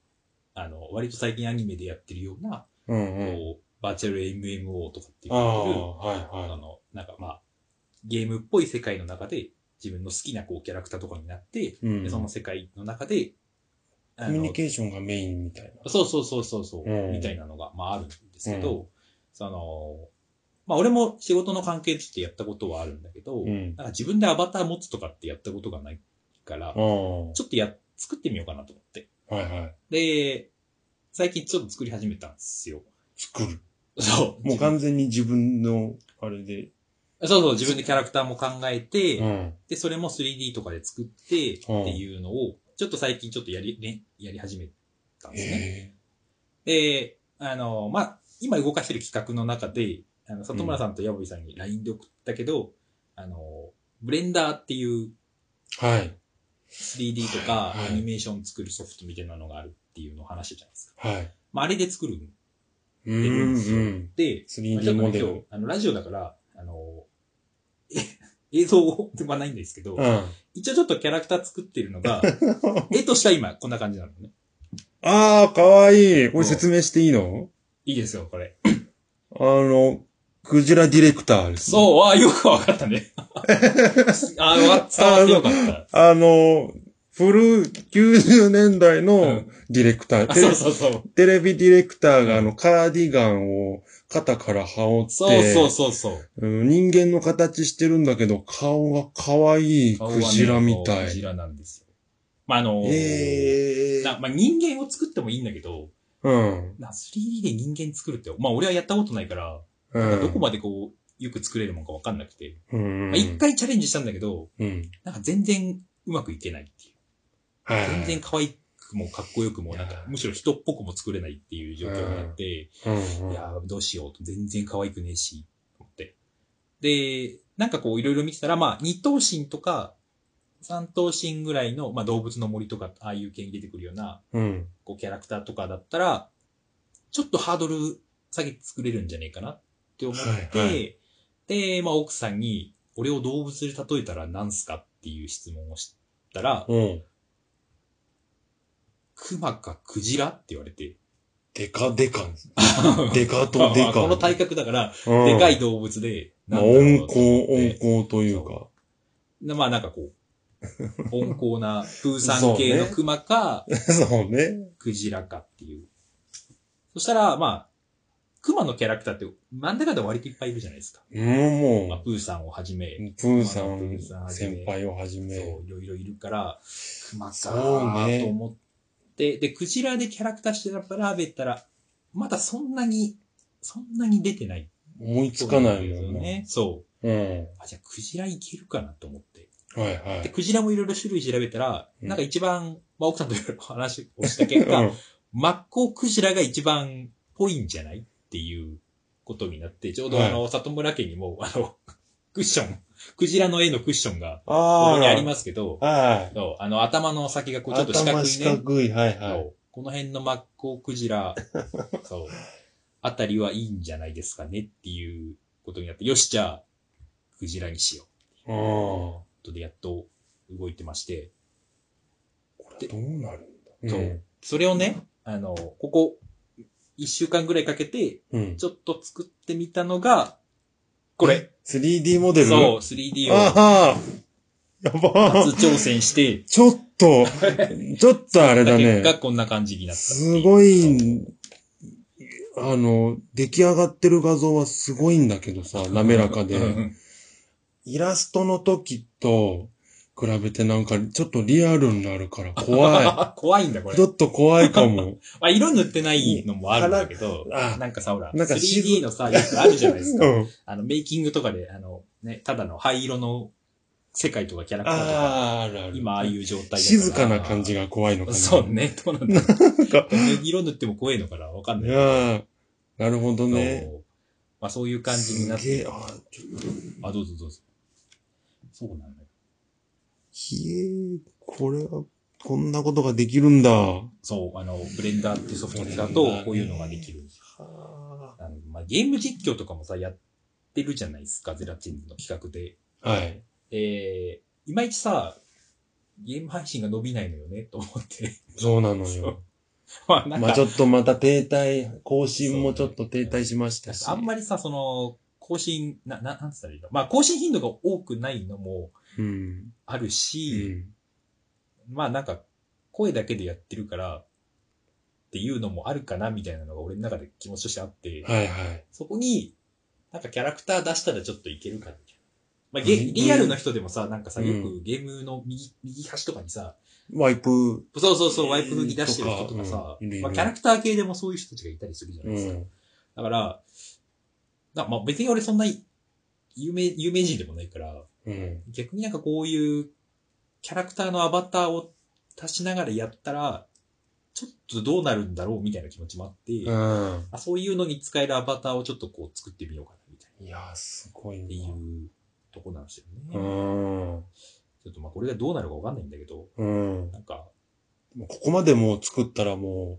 あの、割と最近アニメでやってるような、うんうん。こう、バーチャル MMO とかっていあうあ、のはいあはの、なんかまあ、ゲームっぽい世界の中で、自分の好きなこうキャラクターとかになって、い。うんで。その世界の中で、あコミのュニケーションがメインみたいそうそうそうそうそう、うんみたいなのが、まああるんですけど、その、まあ俺も仕事の関係としてやったことはあるんだけど、な。うん。なんか自分でアバター持つとかってやったことがないから、ああ。はちょっとや、作ってみようかなと思って。いはい。で、最近ちょっと作り始めたんですよ。作る。そう。もう自分完全に自分の、あれで。そうそう、自分でキャラクターも考えて、うん。で、それも 3D とかで作って、ってうんいうのを、ちょっと最近ちょっとやり、ね、やり始めたんですね。へで、あの、まあ、今動かしてる企画の中で、あの、里村さんと矢吹さんに LINE で送ったけど、あの、ブレンダーっていうえ。はい。 3D とかはいアニメーション作るソフトみたいなのがあるっていうのを話してたじゃないですか。はい。まあ、あれで作るんうんうん。で、まあちょ 3D っとモねデ今日ル。、あの、ラジオだから、あの、え映 *laughs* 像ではないんですけど、うん。一応ちょっとキャラクター作ってる *laughs* のが、絵としては今こんな感じなのね。ああ、かわいい。こそうれ説明していいのいいですよ、これ。あの、クジラディレクターです、う。そう、ああ、よくわかった *laughs* ね。ああ、わか伝わってよかった。あの、古い90年代のんディレクター。 *laughs* あテそうレそうそう。テレビディレクターがあの、カーディガンを肩から羽織って、そうそうそうそう。うん人間の形してるんだけど、顔が可愛い顔がクねジラみこうたクジい。ラなんですよ。まあ、あの、ええなまあ、人間を作ってもいいんだけど、うん。な 3D で人間作るって、まあ、俺はやったことないから、うん。どこまでこう、よく作れるもんかわかんなくて。うん。まあ一、回チャレンジしたんだけど、うん。なんか全然うまくいけないっていう。はい。全然可愛くもかっこよくも、なんか、むしろ人っぽくも作れないっていう状況になって、うん。いやーどうしようと。全然可愛くねえし、と思って。で、なんかこういろいろ見てたら、まあ、二頭身とか、三頭身ぐらいの、まあ、動物の森とか、ああいう系に出てくるような、うん。こう、キャラクターとかだったら、ちょっとハードル下げて作れるんじゃねえかなって思って、はいはで、まあ、奥さんに、俺を動物で例えたら何すかっていう質問をしたら、うん。クマかクジラって言われて、デカデカ *laughs* です。デカとデまあカ。この体格だから、うんでかい。動物で、まあ、なんだろう温と思っ厚、て温厚というか。なまあなんかこ *laughs* う、温厚な、プーさん系のクマか、そうね。クジラかっていう。そしたら、まあ、クマのキャラクターって、真ん中で割といっぱいいるじゃないですか。もう、まあ、もプーさんをはじめ、う、プーさまあプーさんはん、じめ先輩をはじそう、め。いろいろいるから、クマかそうーねと思って、で、クジラでキャラクターしてらべたら、まだそんなに、そんなに出てない。思いつかないですよもんね。ね。そうんう。。あ、じゃあクジラいけるかなと思って。はいはで、い。クジラもいろいろ種類調べたら、うんなんか一番、まあ、奥さんといろいろ話をした結う果、んマッコウクジラが一番ぽいんじゃないっていうことになって、ちょうどあの、里村家にも、あの、クッション、クジラの絵のクッションが、こあこあ。にありますけど、はい。そうあの、頭の先がこうちょっと四角頭い四ね。角い、はいそはうこの辺のマッコウクジラ、 *laughs* そう、あたりはいいんじゃないですかねっていうことになって、よし、じゃあ、クジラにしよい。うん。う。とで、やっと動いてまして、これどうなるんだそうんそれをね、あの、ここ、一週間ぐらいかけて、うん。ちょっと作ってみたのが、これ。 3D モデルそう、3D をああやば初挑 *laughs* 戦して、ちょっと、ちょっとあれだ結果ね。こんな感じになったってうすごい、あの、出来上がってる画像はすごいんだけどさ、滑らかうんうで。んイラストの時と比べてなんかちょっとリアルになるから *laughs* 怖あ怖いんだ、こい。れち。ょっと怖いかも。まあ、色塗ってないのもあるんだけど、 *laughs* あなんかさ、ほら、なんかし 3D のさ、よくあるじゃないです *laughs* うか。ん。あの、メイキングとかで、あの、ね、ただの灰色の世界とかキャラクターとか、ああ、あるある。今ああいう状態だら静かな感じが怖いのかな。そうね、どうなんだろう。色塗っても怖いのかなわかんいない。やーなるほどね。そうまあそういう感じになっすげてえ、。あー、ちょっと、あ、どうぞどうぞ。そうなんだよ。ひえ、これは、こんなことができるんだ。そう、あの、ブレンダーっていうソフトを使うとブレンダーね、こういうのができるんですよ。はあのまあ、ゲーム実況とかもさ、やってるじゃないですか、ゼラチンズの企画で。あ。はい。えー、いまいちさ、ゲーム配信が伸びないのよね、と思って。 *laughs* そうなのそよ。まあ、なんまあかち、ょっとまた停滞、更新もちょっと停滞しましたし。あんまりさ、その、更新、な、ななんつったらいいのまあ、更新頻度が多くないのもうん。あるうし、ん。まあなんか、声だけでやってるから、っていうのもあるかな、みたいなのが俺の中で気持ちとしてあって、はいはい。そこに、なんかキャラクター出したらちょっといけるかっていう。まあ、ゲうんリアルの人でもさ、なんかさ、うんよくゲームの右、右端とかにさ、ワイプ。そうそうそう、ワイプに出してる人とかとかさ、うんいるいるまあ、キャラクター系でもそういう人たちがいたりするじゃなういですか。ん。だから、なまあ別に俺そんな有名、有名人でもないから、うん。逆になんかこういうキャラクターのアバターを足しながらやったら、ちょっとどうなるんだろうみたいな気持ちもあって、うん。あそういうのに使えるアバターをちょっとこう作ってみようかなみたいな。いやー、すごいっていな。うとこなんですようね。ん。ちょっとまあこれがどうなるかわかんないんだけど、うん。なんか、ここまでもう作ったらも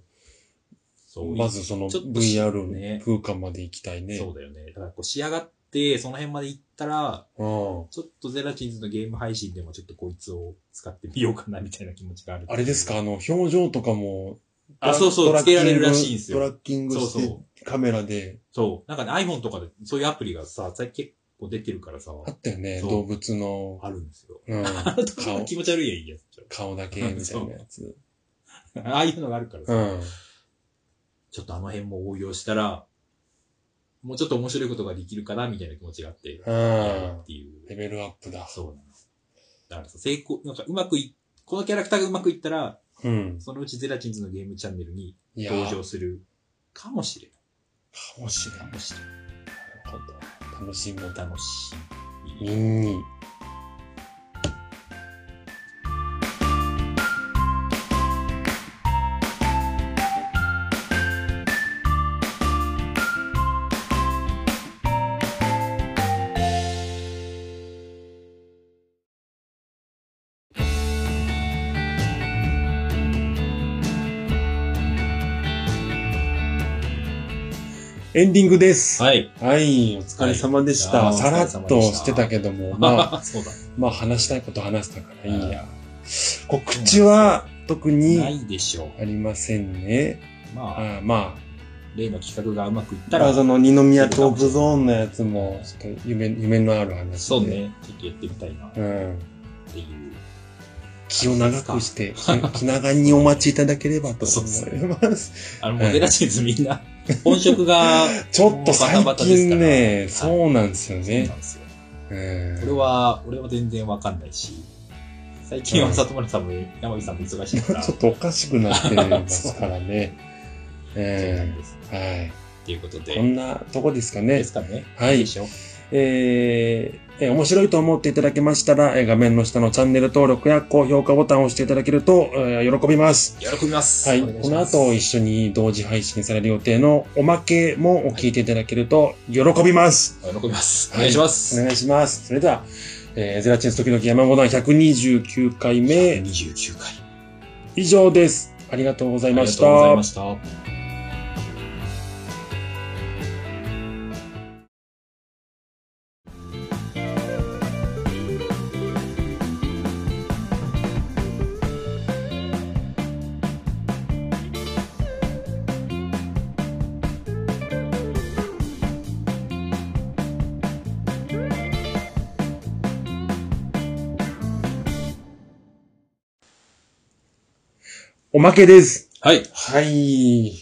そういうう、まずそのちょっとし VR ねの空間まで行きたいね。そうだよね。だからこう仕上がって、その辺まで行ったら、うん。ちょっとゼラチンズのゲーム配信でもちょっとこいつを使ってみようかなみたいな気持ちがある。あれですかあの、表情とかも、あ、そうそトう、ラつけられるらしいんですトラよ。ッキングそうしそて、カメラでう。、そう。なんかね、iPhone とかでそういうアプリがさ、最近結構出てるからさ、あったよね、そう動物の、あるんですよ。うん、 *laughs* 顔気持ち悪いやん、いいやつちょっ顔だけみたいなやつ。と。 *laughs* ああいうのがあるからうさ、ん。ちょっとあの辺も応用したら、もうちょっと面白いことができるかなみたいな気持ちがあって、うやるんっ。ていう。レベルアップだ。そうなの。だからさ、成功、なんかうまくい、このキャラクターがうまくいったら、うん。そのうちゼラチンズのゲームチャンネルにいやー、登か場するかもしれない。もしれかない。もしれない。なるほど楽しみおだ。楽しみみ。んに。エンディングです。はい。はい、お疲れ様でした。はいさらっとしてたけども、 *laughs* まあ、そうだ。まあ話したいこと話したからいいや。告知は特なにいでしょありませんね。う。まあ、ああま例の企画がうまくいっあ、たまあら、その二宮トークゾーンのやつも、ちょっと夢、夢のある話で。そう。ね、ちょっとやってみたいなっうん。ていう。気を長くして、気 *laughs* 気長にお待ちいただければとそうそう思います。あの、はもいうゼラチンズみんな、本職が、 *laughs* ちょっと最近ね、もうそうなんですよバタバタですからはいそうねな。んですよ。うんこれは、俺は全然わかんないし、最近は里村さんも山口さんも忙しいから、ちそょうっとおかしくなってますから *laughs* ね。なえんです。えはい。ということでこ、んなとこですかねで。すかね。はいでしょえーえー面白いと思っていただけましたら、えー画面の下のチャンネル登録や高評価ボタンを押していただけると、えー喜びます。喜びます。はい。お願しこのます後一緒に同時配信される予定のおまけも聞いていただけると喜びます。喜びます。はいお願いします。お願いします。それでは、えーゼラチンス時々山本の129回目29回。以上です。ありがとうござあいりまがしとうございたま。した。おまけです。はい。はい。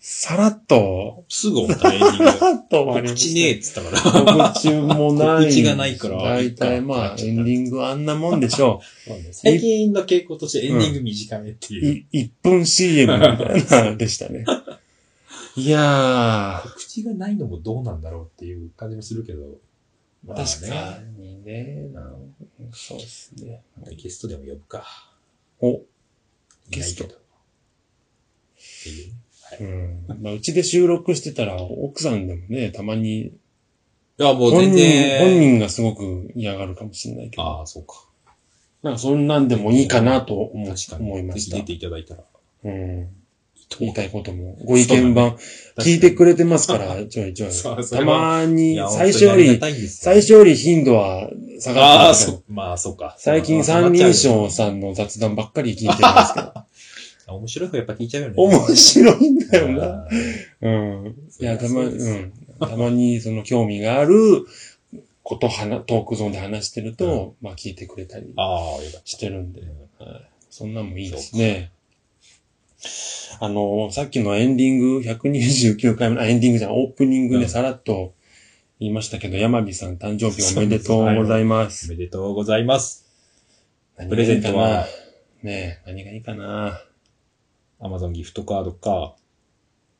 さらっと、すぐ終わったね、エンディンさらっ *laughs* と終わグ。りま告した知ねえっつったから。告知もない。告知がないから大体まあ、エンディングはあんなもんでしょ最近の傾向としてエンディング短めってう。 *laughs* いう。い1分 CM みたいなでした *laughs* ね。いや告知がないのもどうなんだろうっていう感じもするけど。ー。まあね確かにね。なんそうですね。ゲストでも呼ぶか。お、いゲないスけトど。っていう。うん。まあ、うちで収録してたら、奥さんでもね、たまに、いや、もう本全人、然。本人がすごく嫌がるかもしれないけど、ああ、そうか。なんかそんなんでもいいかなと思確かに。思いましぜひ出たて。いただいたら。うん。いい言いたいことも、ご意見番、聞いてくれてます *laughs* から、ちょいちょい。そうそたれはまいにや、最初よ本り、当にあがたいんですよ最初より頻度は下あがあ、ってますそう、まあ、そうか。最近三人称さんの雑談ばっかり聞いてるんですけ *laughs* ど。あ。面白い方やっぱ聞いちゃうよね。面白いんだよな。あうん。いや、たま、そうりゃそうですよん。たまに、その興味があることはな、トークゾーンで話してると、まあ聞いてくれたりー。ああ、よかっしてるんで、た。そんなんもいいですね。あの、さっきのエンディング、129回目の、あエンディングじゃん、オープニングうでんさらっと言いましたけど、山火さん誕生日おめでとうございまおす。めでとうございます。何プレゼントはがいいかなねえ、何がいいかな Amazon ギフトカードか。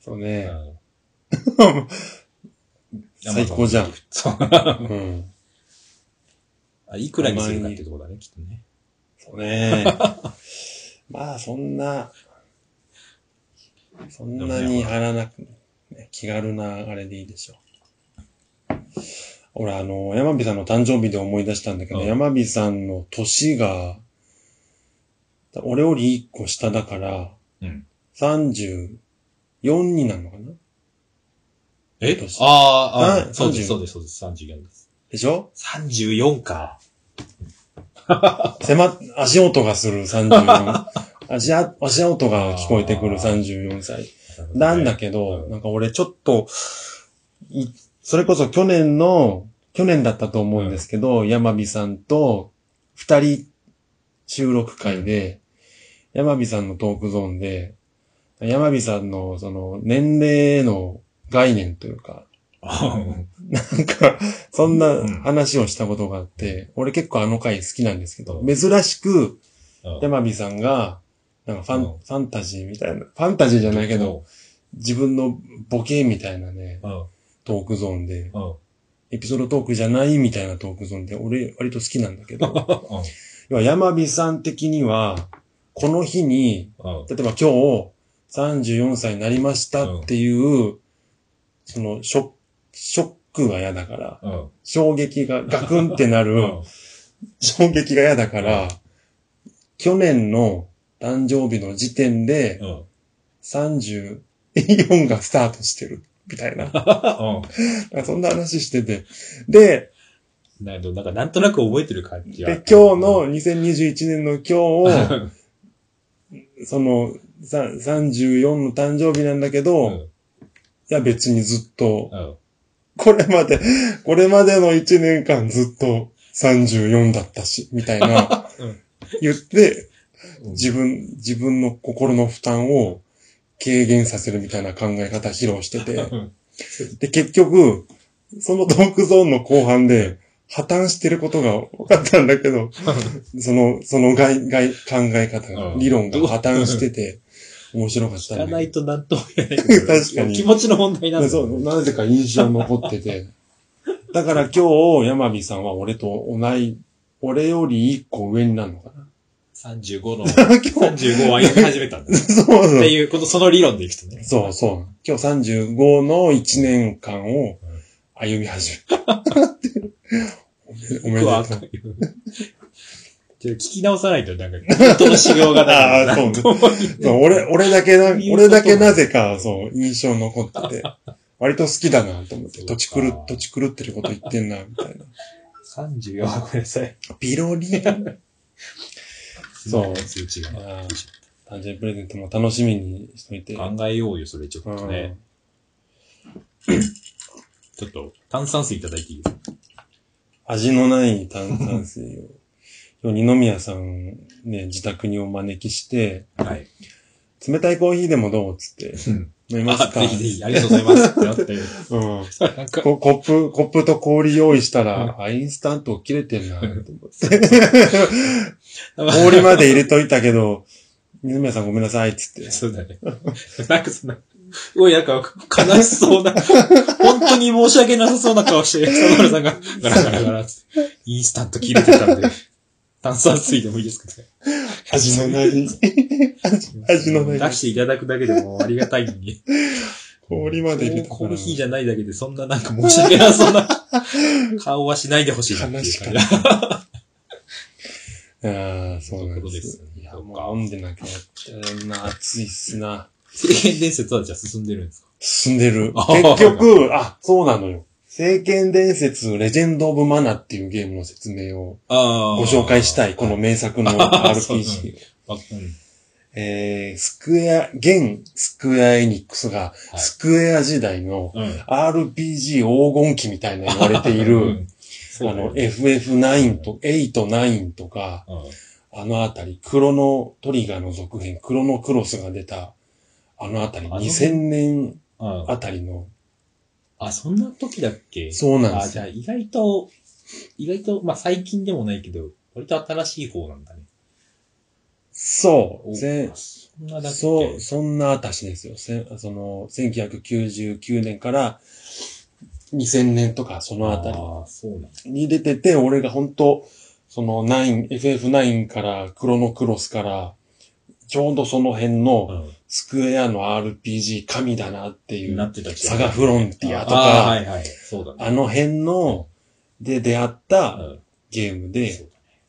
そううね。ん最高じゃ Amazon ギん。フトうん。あいくらにするかってとこだね、きっとね。そう *laughs* ね。まあ、そんな、そんなに張らなく、ね気軽なあれでいいでしょう。俺、あの、山火さんの誕生日で思い出したんだけど、うん山火さんの年が、俺より1個下だから、うん34になるのかなえ年あーあー、あそうで30す、そうです、そうです、34です。でしょ34か。迫っ、足音がする34。足 *laughs* あ、足音が聞こえてくる34歳。なんだけど、うんなんか俺ちょっと、いそれこそ去年の、去年だったと思うんですけど、山火さんと二人収録会で、山火さんのトークゾーンで、山火さんのその年齢の概念というか、うんなんか、そんなうん話をしたことがあって、俺結構あの回好きなんですけどう、ん珍しくうん山火さんが、なんかファン、うんファンタジーみたいな、ファンタジーじゃないけど、、自分のボケみたいなね、うん、うん、トークゾーンで、うん。エピソードトークじゃないみたいなトークゾーンで、俺割と好きなんだけ *laughs* ど、うん要は山火さん的には、この日に、うん例えば今日34歳になりましたっていう、そのショック、ショックが嫌だから、うん衝撃がガクンってなうる、ん。衝撃が嫌だから、去年の誕生日の時点で、うん。 34がスタートしてる、みたいな。うあそんな話してて。で、ん。なるほど。なんか、なんとなく覚えてる感じで今日の2021年の今日を、の、 *laughs* その、さ34の誕生日なんだけど、うんいや別にずっと、うん。これまで、これまでの1年間ずっと34だったし、みたいなうん、言って、うん自分、自分の心の負担を軽減させるみたいな考え方披露してて、で、結局、そのトークゾーンの後半で、破綻してることが分かったんだけど、その、その外、外、考え方が、うん理論が破綻してて、面白かっ聞たんかだなけいどとなんとも言えないけど。確かに気持ちの問題なんだでそよう、なぜか印象に残ってて。だから今日、山火さんは俺と同い、俺より一個上になるのかな。 35の、今日、そう35を歩み始めたんだ。*laughs* っそうて。いうこと、その理論でいくとね。そうそう。今日35の1年間を歩み始めた。おめで僕はあとか。うんよ。ちょっと聞き直さないと、なんか、本当の修行がない。あーなんとも言えそなうい俺、俺だけな、そういうこと俺だけなぜか、そう、印象残ってて、割と好きだなと思って、そう土か地狂っ、土地狂ってること言ってんな、みたいな。 34はごめんなさい。ピロリ *laughs* ン。そう数値がね。あー誕生日プレゼントも楽しみにしといて。考えようよ、それちょっうとんね。ちょっと、炭酸水いただいていいですか味のない炭酸水を。今日二宮さん、ね、自宅にお招きして、はい。冷たいコーヒーでもどうっつって、飲みますあ、かぜひぜひ、ありがとうございます。ってなって。うん。 *laughs* なん *laughs* か、こコップ、コップと氷用意したら、あ、インスタント切れてんな、と思って。 *laughs* 氷まで入れといたけど、二宮さんごめんなさい、っつって。そうだね。なんかそんな、すごいなんか悲しそうな、本当に申し訳なさそうな顔して、北村さんがガラガラガラって、インスタント切れてたんで、炭酸水でもいいですかね。味のない、味のない出していただくだけでもありがたいのに。氷まで入れたかコーヒーら。じゃないだけでそんななんか申し訳なそうな顔はしないでほしいなっていう感じ。ああ、そうなんでそういうことですす。ねいや、もう飲んでなきゃやっちゃうな、暑いっすな。世間伝説はじゃあ進んでるんですか進んでるあ。結局、あ、そうなのよ。聖剣伝説レジェンド・オブ・マナっていうゲームの説明をあご紹介したい、この名作のそう RPG。あ、うん。えー、スクエア、現スクエア・エニックスが、いスクエア時代のうん。 RPG 黄金期みたいな言われていうる、ん。あそうだの、よね FF9 と、8、9とか、うんあのあたり、クロノトリガーの続編、クロノクロスが出た、あのあたり、あの2000年ああたりの、あ、そんな時だっけそうなんであ、すじよゃあ意外と、意外と、まあ最近でもないけど、割と新しい方なんだね。そおう。ぜそんなだっけそう、そんなあたしですよ。せその、1999年から2000年とか、そのあたりああ、そうなんだ。に出てて、俺が本当その9、FF9 から、クロノクロスから、ちょうどその辺のスクエアの RPG 神だなってういん。なう、ってた気がサガフロンティアとああか、はいはい。そうだね。あの辺の、で出会っうたんゲームそうで、だね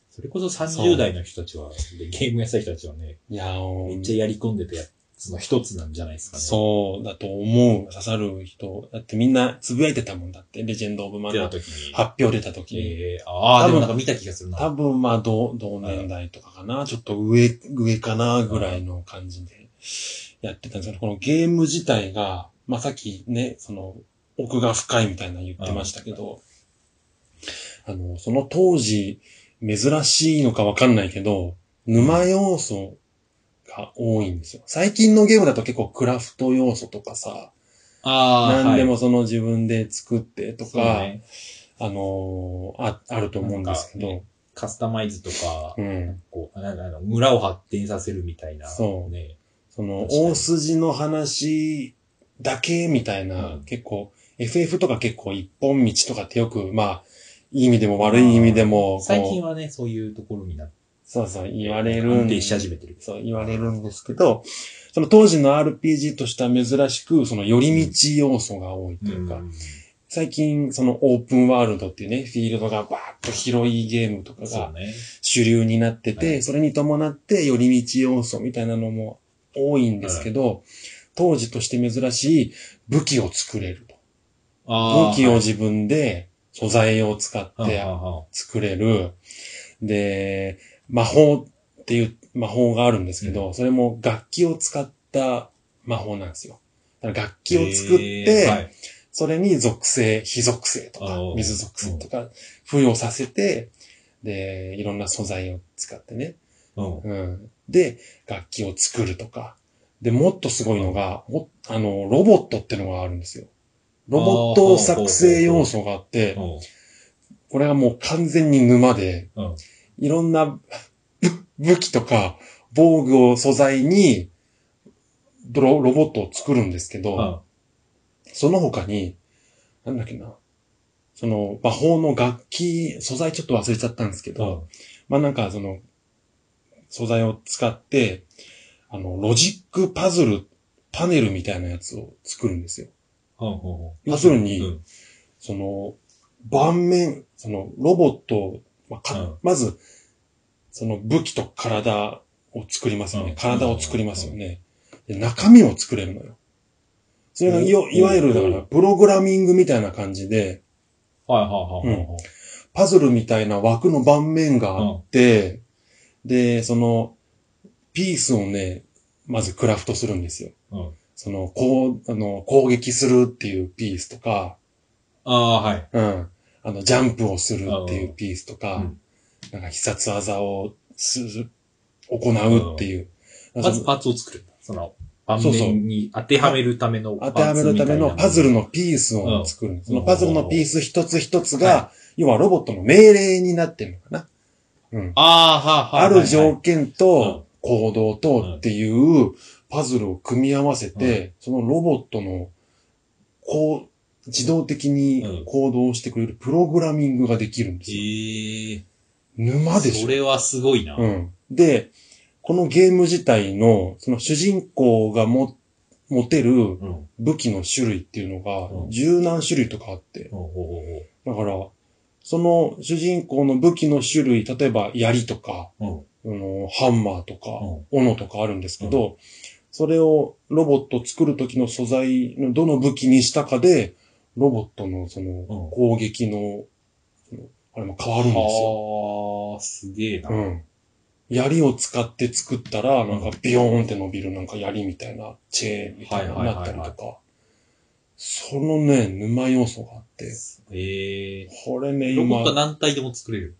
それこそ30そう代の人たちは、でゲームやってた人たちはね、いやーめっちゃやり込んでたやつの一つなんじゃないですかね。う。そうだと思う。刺さる人。だってみんなつぶやいてたもんだって。レジェンド・オブ・マ出たナー時に。発表出た時に。えー、ああ、多分でもなんか見た気がするな。多分まあ同同年代とかかな。ちょっと上、上かなぐらいの感じでやってたんですけど、このゲーム自体が、まあさっきね、その奥が深いみたいなの言ってましたけど、あの、その当時珍しいのかわかんないけど、沼要素が多いんですよ。最近のゲームだと結構クラフト要素とかさ、ああ、何ではいもその自分で作ってとそか、うだねあのーあ、あると思うんですけど、カスタマイズとか、うん。こう、なんかあの村を発展させるみたいな。そうね。その、確かに大筋の話だけみたいな、うん結構、FF とか結構一本道とかってよく、まあ、いい意味でも悪い意味でも、最こう近はね、そういうところになって、そうそう、言われる安ん定し始めてる。そう、言われるんですけど、その当時の RPG としては珍しく、その寄り道要素が多いというか、うん最近そのオープンワールドっていうね、フィールドがバーッと広いゲームとかがそうね。主流になってて、はいそれに伴って寄り道要素みたいなのも多いんですけど、当時として珍しい武器を作れると。あ武器をを自分で素材を使って作れる。で、魔法っていう魔法があるんですけど、それも楽器を使った魔法なんですよ。だから楽器を作って、それに属性、火属性とかあー、水属性とか、付与させて、で、いろんな素材を使ってね。うん。で、楽器を作るとか。で、もっとすごいのが、もあの、ロボットってのがあるんですよ。ロボット作成要素があって、これはもう完全に沼で、いろんな *laughs* 武器とか防具を素材に、ロロボットを作るんですけど、その他に、なんだっけな、その魔法の楽器、素材ちょっと忘れちゃったんですけど、まあなんかその、素材を使って、あの、ロジックパズル、パネルみたいなやつを作るんですよ。要するにその、盤面、その、ロボット、まあかうんまず、その武器と体を作りますよね。うん体を作りますよね。で中身を作れるのよ。それがいよ、うんいわゆるだから、プログラミングみたいな感じで、パズルみたいな枠の盤面があって、で、その、ピースをね、まずクラフトするんですよ。その、こう、あの、攻撃するっていうピースとか、うん。あの、ジャンプをするっていうピースとか、うんなんか必殺技をする、行うっていう。まそずのパーツを作る。その、盤面に当てはめるための。当てはめるためのパズルのピースうをん作る。そのパズルのピース一つ一つが、は要はロボットの命令になってるのかな。うん。ああ、はある条件。件と行動とっていうパズルを組み合わせて、そのロボットの、こう、自動的うにん行動してくれるプログラミングができるんですよ。へえ。沼でしそょ。れはすごいな。うん。で、このゲーム自体の、その主人公がも、持てる武器の種類っていうのうがん、十何種類とかあって。だから、その主人公の武器の種類、例えば槍とか、あの、ハンマーとか、斧とかあるんですけど、それをロボット作る時の素材のどの武器にしたかで、ロボットのそのうん攻撃の、あれも変わるんですよ。はあ、すげえな。うん。槍を使って作ったら、んなんかビヨーンって伸びるなんか槍みたいな、チェーンみたいなのになったりはいとはか。そのね、沼要素があって。ええこれね、ロボットは今、何体でも作れる。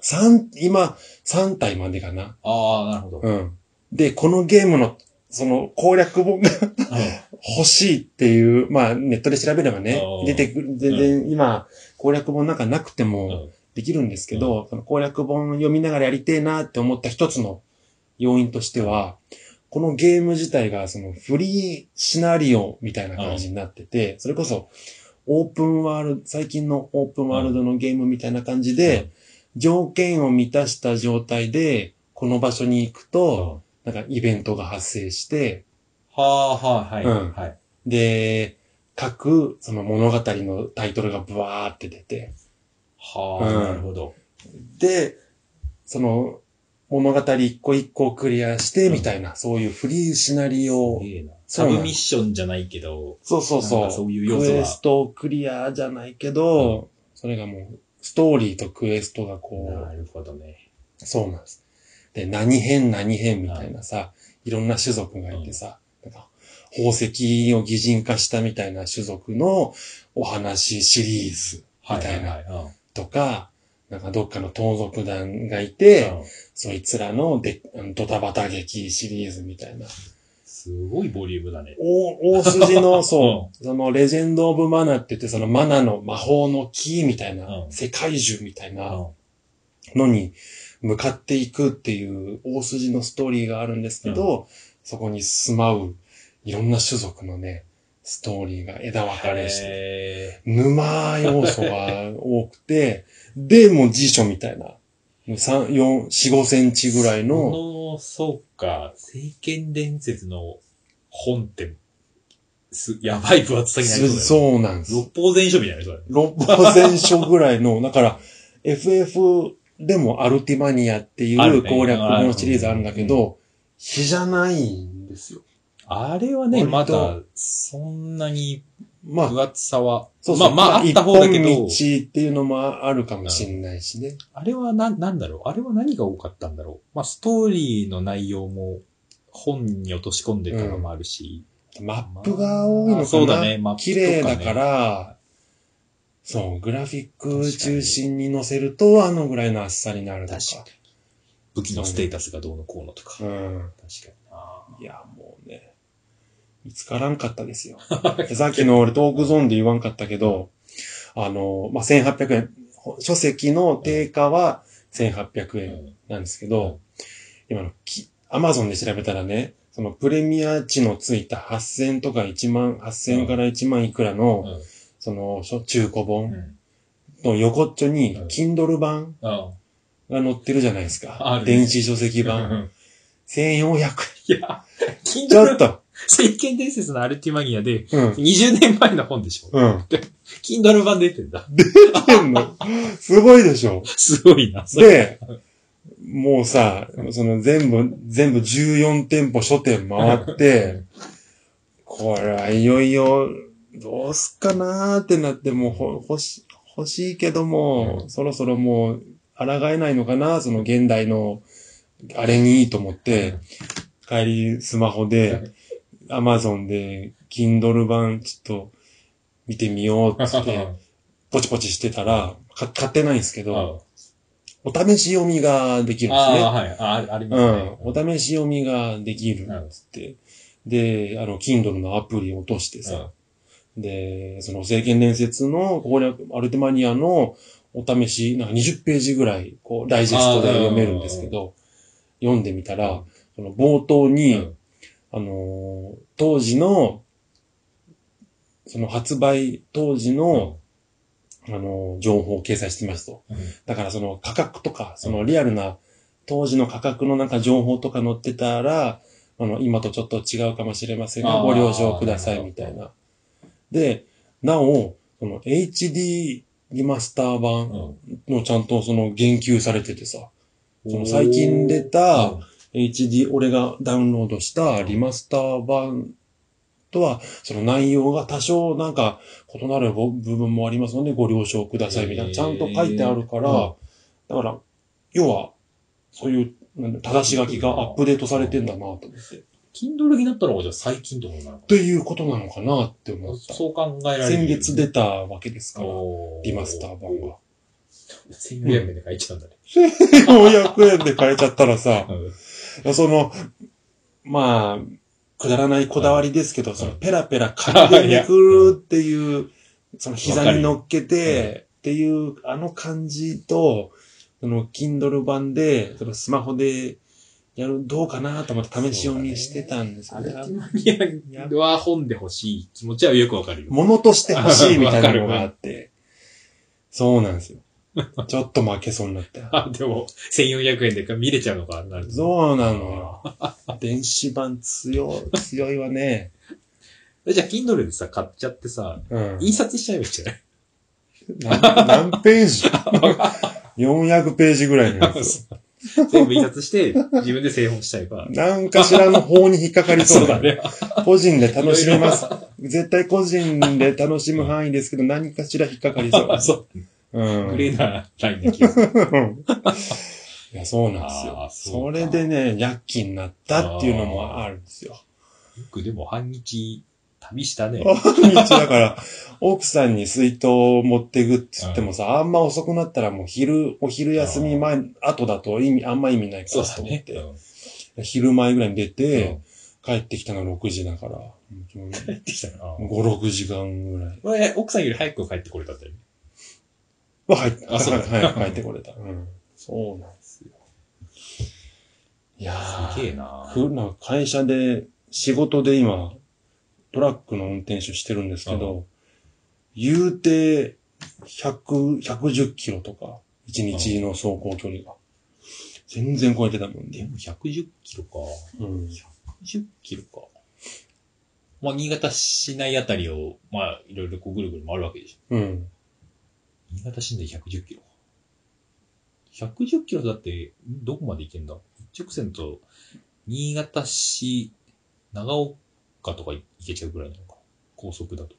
三、今、3体までかな。ああ、なるほど。うん。で、このゲームの、その攻略本が欲しいっていう、まあ、ネットで調べればねあ、ー出てくる、全然今、攻略本なんかなくても、うんできるんですけど、その攻略本を読みながらやりてえなって思った一つの要因としては、このゲーム自体がそのフリーシナリオみたいな感じになってて、それこそオープンワールド、最近のオープンワールドのゲームみたいな感じで、条件を満たした状態で、この場所に行くうん、と、はなんかイベントが発生して、あ、はあ、はい、うんはい。で、各その物語のタイトルがブワーって出て、はあ、うんなるほど。で、その、物語一個一個をクリアして、みたいな、そういうフリーシナリオす。げえな。そサうなんブミッションじゃないけど、そうそうなそんう。かそういう要素クがエストクリアじゃないけど、それがもう、ストーリーとクエストがこう、なるほどね。そうなんです。で、何編何編みたいなさ、いろんな種族がいてさ、なんか宝石を擬人化したみたいな種族のお話シリーズはみたいなはいはいとか、なんかどっかの盗賊団がいうんて、うんそいつらのであのドタバタ劇シリーズみたいな。すごいボリュームだね。大大筋 *laughs* の、そう、そのレジェンド・オブ・マナって言って、そのマナの魔法の木みたいな、うん世界中みたいうなんのに向かっていくっていう大筋のストーリーがあるんですけど、そこに住まういろんな種族のね、ストーリーが枝分かれして、へ沼要素が多くて、 *laughs* で、もう辞書みたいな、3、4、4、5センチぐらいーの、その、そうか、聖剣伝説の本って、す、やばい分厚さになりそううなんでだすよね。。六方全書みたいな人だね。六法全書ぐらいの、だから、FF でもアルティマニアっていあるうね攻略本のシリーズあるんだけど、比じゃないんですよ。あれはね、ま割とだ、そんなにまあ、分厚さは、そうまそあう。まああった方だけ一本ど、道っていうのもあるかもしれないしね。あれはな、なんだろうあれは何が多かったんだろうまあ、ストーリーの内容も本に落とし込んでたのもあるし。マップが多いのかまな、あそうだね、マップとか、ね。綺麗だから、そう、グラフィック中心に載せると、あのぐらいのあっさりになるとか。確かに。武器のステータスがどうのこうのとか。確うん。かにないや、もうね、見つからんかったです *laughs* よ。でさっきの俺トークゾーンで言わんかったけど、あの、まあ、1800円、ほ書籍の定価は1800う円んなんですけど、今のき、アマゾンで調べたらね、そのプレミア値のついた8000とか1万、8000から1万いくらの、うんその、しょ中古う本ん。の横っちょにうん、 Kindle 版あが載ってるじゃないですか。あるね電子書籍版。 *laughs* あ。 1400円。いや、キンちドょっル、と。聖剣伝説のアルティマニアで、うん。 20年前の本でしょうん。 *laughs* キンドル版出てんだ。ってんの。すごいでしょ。すごいな、それ。で、もうさ、その全部、全部14店舗書店回って、これはいよいよ、どうすっかなーってなって、もうほ欲し、欲しいけども、そろそろもう、抗えないのかな、その現代の、あれにいいと思って、帰りスマホで、アマゾンで、Kindle 版、ちょっと、見てみようっつって、 *laughs* ポチポチしてたら、か買ってないんですけうんど、お試し読みができるんですああ、ね。はい。あありまうすんね。。お試し読みができるっつって。で、あの、Kindle のアプリを落としてさ、で、その、聖剣伝説の攻略、アルテマニアのお試し、なんか20ページぐらい、こう、ダイジェストで読めるんですけど、読んでみたら、その冒頭に、うんあのー当時の、その発売当時の、あのー情報を掲載してますと。うんだからその価格とか、そのリアルな、当時の価格のなんか情報とか載ってたら、あの、今とちょっと違うかもしれませんあが、ーご了承くださいなるみほどたいな。で、なお、その HD リマスター版うんのちゃんとその言及されててさ、その最近出たうん HD、俺がダウンロードしたリマスター版とは、その内容が多少なんか異なる部分もありますので、ご了承くださいみたいな、へーちゃんと書いてあるから、うんだから、要は、そういう、なんだ正し書きがアップデートされてんだなと思って。っ Kindle になったのがじゃあ最近ってことなのかていうことなのかなって思なった。そう考えられる。先月出たわけですから、おー、リマスター版 *laughs* は。 1400円で買えちゃうんだね。 400円で買えちゃったらさ、うん *laughs* その、まあ、くだらないこだわりですけど、そのペラペラ嗅いでめくるっていう、その膝に乗っけて、っていう、あの感じと、その、Kindle 版で、そのスマホでやる、どうかなと思って試し読みしてたんですアけルど、ティマニアは本で欲しい気持ちはよくわかるよ。物として欲しいみたいなのがあって、そうなんですよ。ちょっと負けそうにな *laughs* った。あ、 *laughs* でも、1400円で見れちゃうのかなるとそうなのよ。電子版強い、強いわね。じゃあ、Kindle でさ、買っちゃってさ、うん。印刷しちゃえばいいんじゃない何何ページ ?400 ページぐらいのや *laughs* つ。 *laughs* 全部印刷して、自分で製本しちゃえば。なんかしらの法に引っかかりそうだね。 *laughs* ね。個人で楽しめます。絶対個人で楽しむ範囲ですけど、何かしら引っかかりそう。 *laughs* そうう。ん。グレーなラインな気がする。いや、そうなんですあーよ。そそうかれでね、薬器になったっていうのもあるんですよ。僕でも半日旅したね。道だから、奥さんに水筒を持ってくって言ってもさ、あんま遅くなったらもう昼、お昼休み前、後だと意味、あんま意味ないからと思って、昼前ぐらいに出て、帰ってきたの6時だから、も帰ってきたな。う5、6時間ぐらいこれ、奥さんより早く帰ってこれたんだよね。は入って、あそう *laughs* はい、帰ってこれた。うん。そうなんですよ。いやーすげえな。ふなんか会社で、仕事で今、トラックの運転手してるんですけど、言うて、100、110キロとか、1日の走行距離が。全然超えてたもんでね。も110キロか。うん。 110キロか。まあ、新潟市内あたりを、まあ、いろいろこうぐるぐる回るわけでしょ。うん。新潟市内110キロ。110キロだって、どこまで行けんだ一直線と、新潟市、長岡とか行けちゃうぐらいなのか。高速だと。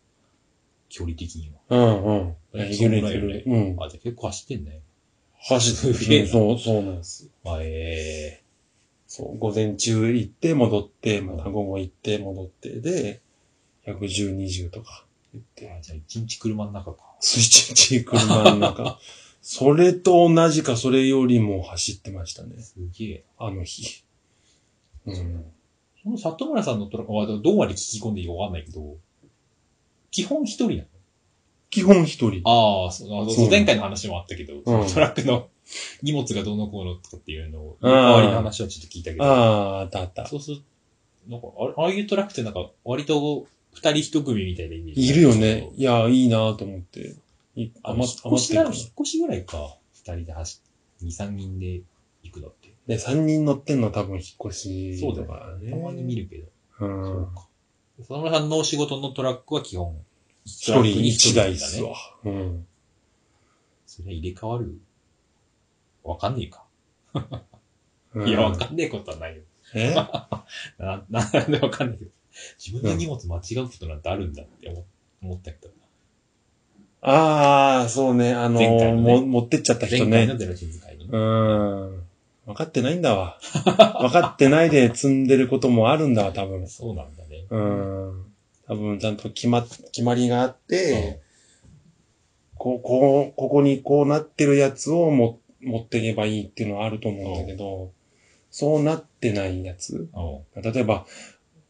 距離的にうは。んうん。いやいけるいそんぐらいけよねる。うん。あ、じゃあ結構走ってんね。走っすげえてなそう、そうなんです。あえそう。午前中行って戻って、また午後行って戻って、で、110、20とか行っえて。あ、じゃあ一日車の中か。スイッチ車の *laughs* 中。それと同じか、それよりも走ってましたね。すげえ。あの日。うん。その里村さんのトラックは、どこまで聞き込んでいいかわかんないけど、基本一人なの基本一人。ああ、そうあそうそう前回の話もあったけど、うんトラックの荷物がどうのこうのとかっていうのを、代わりの話はちょっと聞いたけど、ああ、だった。そうするなんかあれ、ああいうトラックってなんか、割と二人一組みたいなイメージ。いるよね。。いや、いいなと思って。いあ余の、引っっ余越っしてなるらか引っ越しぐらいか。二人で走っ、二、三人で行くだって。ら。で、三人乗ってんの多分引っ越し。そうだよからねたまに見。るけど。う。そうんか。佐村さんのお仕事のトラックは基本、一人一台っすわ。うん。それは入れ替わるわかんねえか。うんいや、わかんねえことはないよ。 *laughs* えな、 *laughs* なんでわかんないけど。自分の荷物間違うことなんてあるんだって思思ったけど。ああ、そうね。あの前回のねも、持ってっちゃった人前回ねの。ゼロ人使いにう。ーん。分かってないんだわ。分かってないで積んでることもあるんだわ、多分。うそうなんだね。ーん。多分、ちゃんと決ま、決まりがあって、こう、こう、ここにこうなってるやつをも持っていけばいいっていうのはあると思うんだけど、そうなってないやつ。うん。例えば、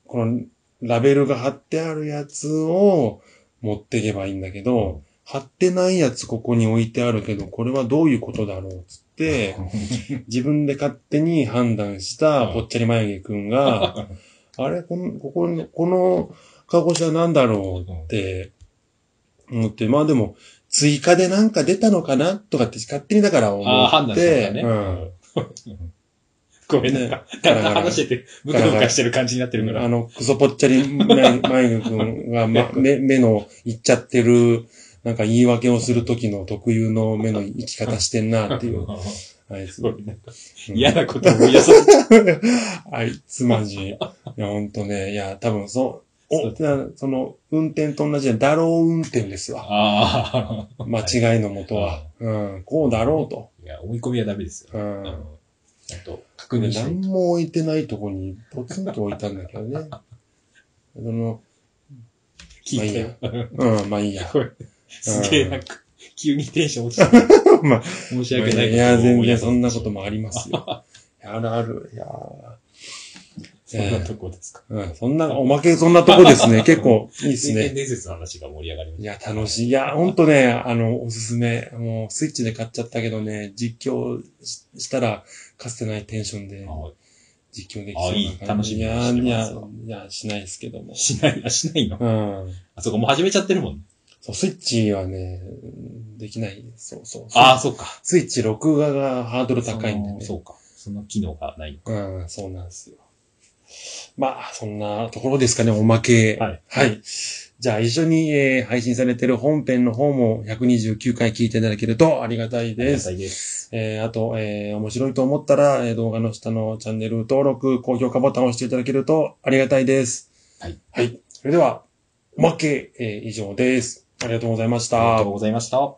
このラベルが貼ってあるやつを持っていけばいいんだけど、貼ってないやつここに置いてあるけど、これはどういうことだろうっつって、 *laughs* 自分で勝手に判断したぽっちゃり眉毛くん *laughs* が、あれこの、ここに、このカゴシャなんだろうって思って、まあでも、追加でなんか出たのかなとかって勝手にだから思って。ああ、判断したんだね。うん。うんごめん、なんか、なんか話してて、ムだカからムカしてる感じになってるかあら。の、クソぽっちゃり *laughs* 眉眉毛くんが、ま、目、目のいっちゃって *laughs* る、なんか言い訳をするときの特有の目の生き方してんなっていううあいつ。ごめんなんかうん嫌なこと思い出させて。あいつマジ。いや、ほんとね。いや、多分そう。お、なその、運転と同じで、だろう運転ですわ。ああ。間違いのもとは。うん、こうだろうと。いや、追い込みはダメですよ。うあん。のちゃんと確認しない何と。も置いてないとこに、ポツンと置いたんだけど *laughs* ね。その、聞いてよ。うん、まあいいや。これ、すげえなんか、急にテンション落ちた。 *laughs* まあ申し訳ないいや、全然そんなこともあります *laughs* よ。いやあるある。いやそんなとこですか。うん、そんな、おまけそんなとこです *laughs* ね。結構いいです人間ね。伝説の話が盛り上がりまいしや、楽しい。いや、ほんとね、あの、おすすめ。もう、スイッチで買っちゃったけどね、実況ししたら、かつてないテンションでた。はい実況できあいいそうな感楽じ。しみいにや、していまやす、いや、しないですけども。しない、あ、しないのうん。あ、そこもう始めちゃってるもんね。そう、スイッチはね、できない。そうそう。ああ、そっか。スイッチ録画がハードル高いんでそのね。そうか。その機能がない。うん、そうなんですよ。まあ、そんなところですかね、おまけ。はい。じゃあ、一緒に、えー配信されてる本編の方も129回聞いていただけるとありがたいありでがす。たいです。えーあと、えー面白いと思ったら、えー動画の下のチャンネル登録、高評価ボタンを押していただけるとありがたいです。はい。はい。それでは、おまけ、えー以上です。ありがとうございました。ありがとうございました。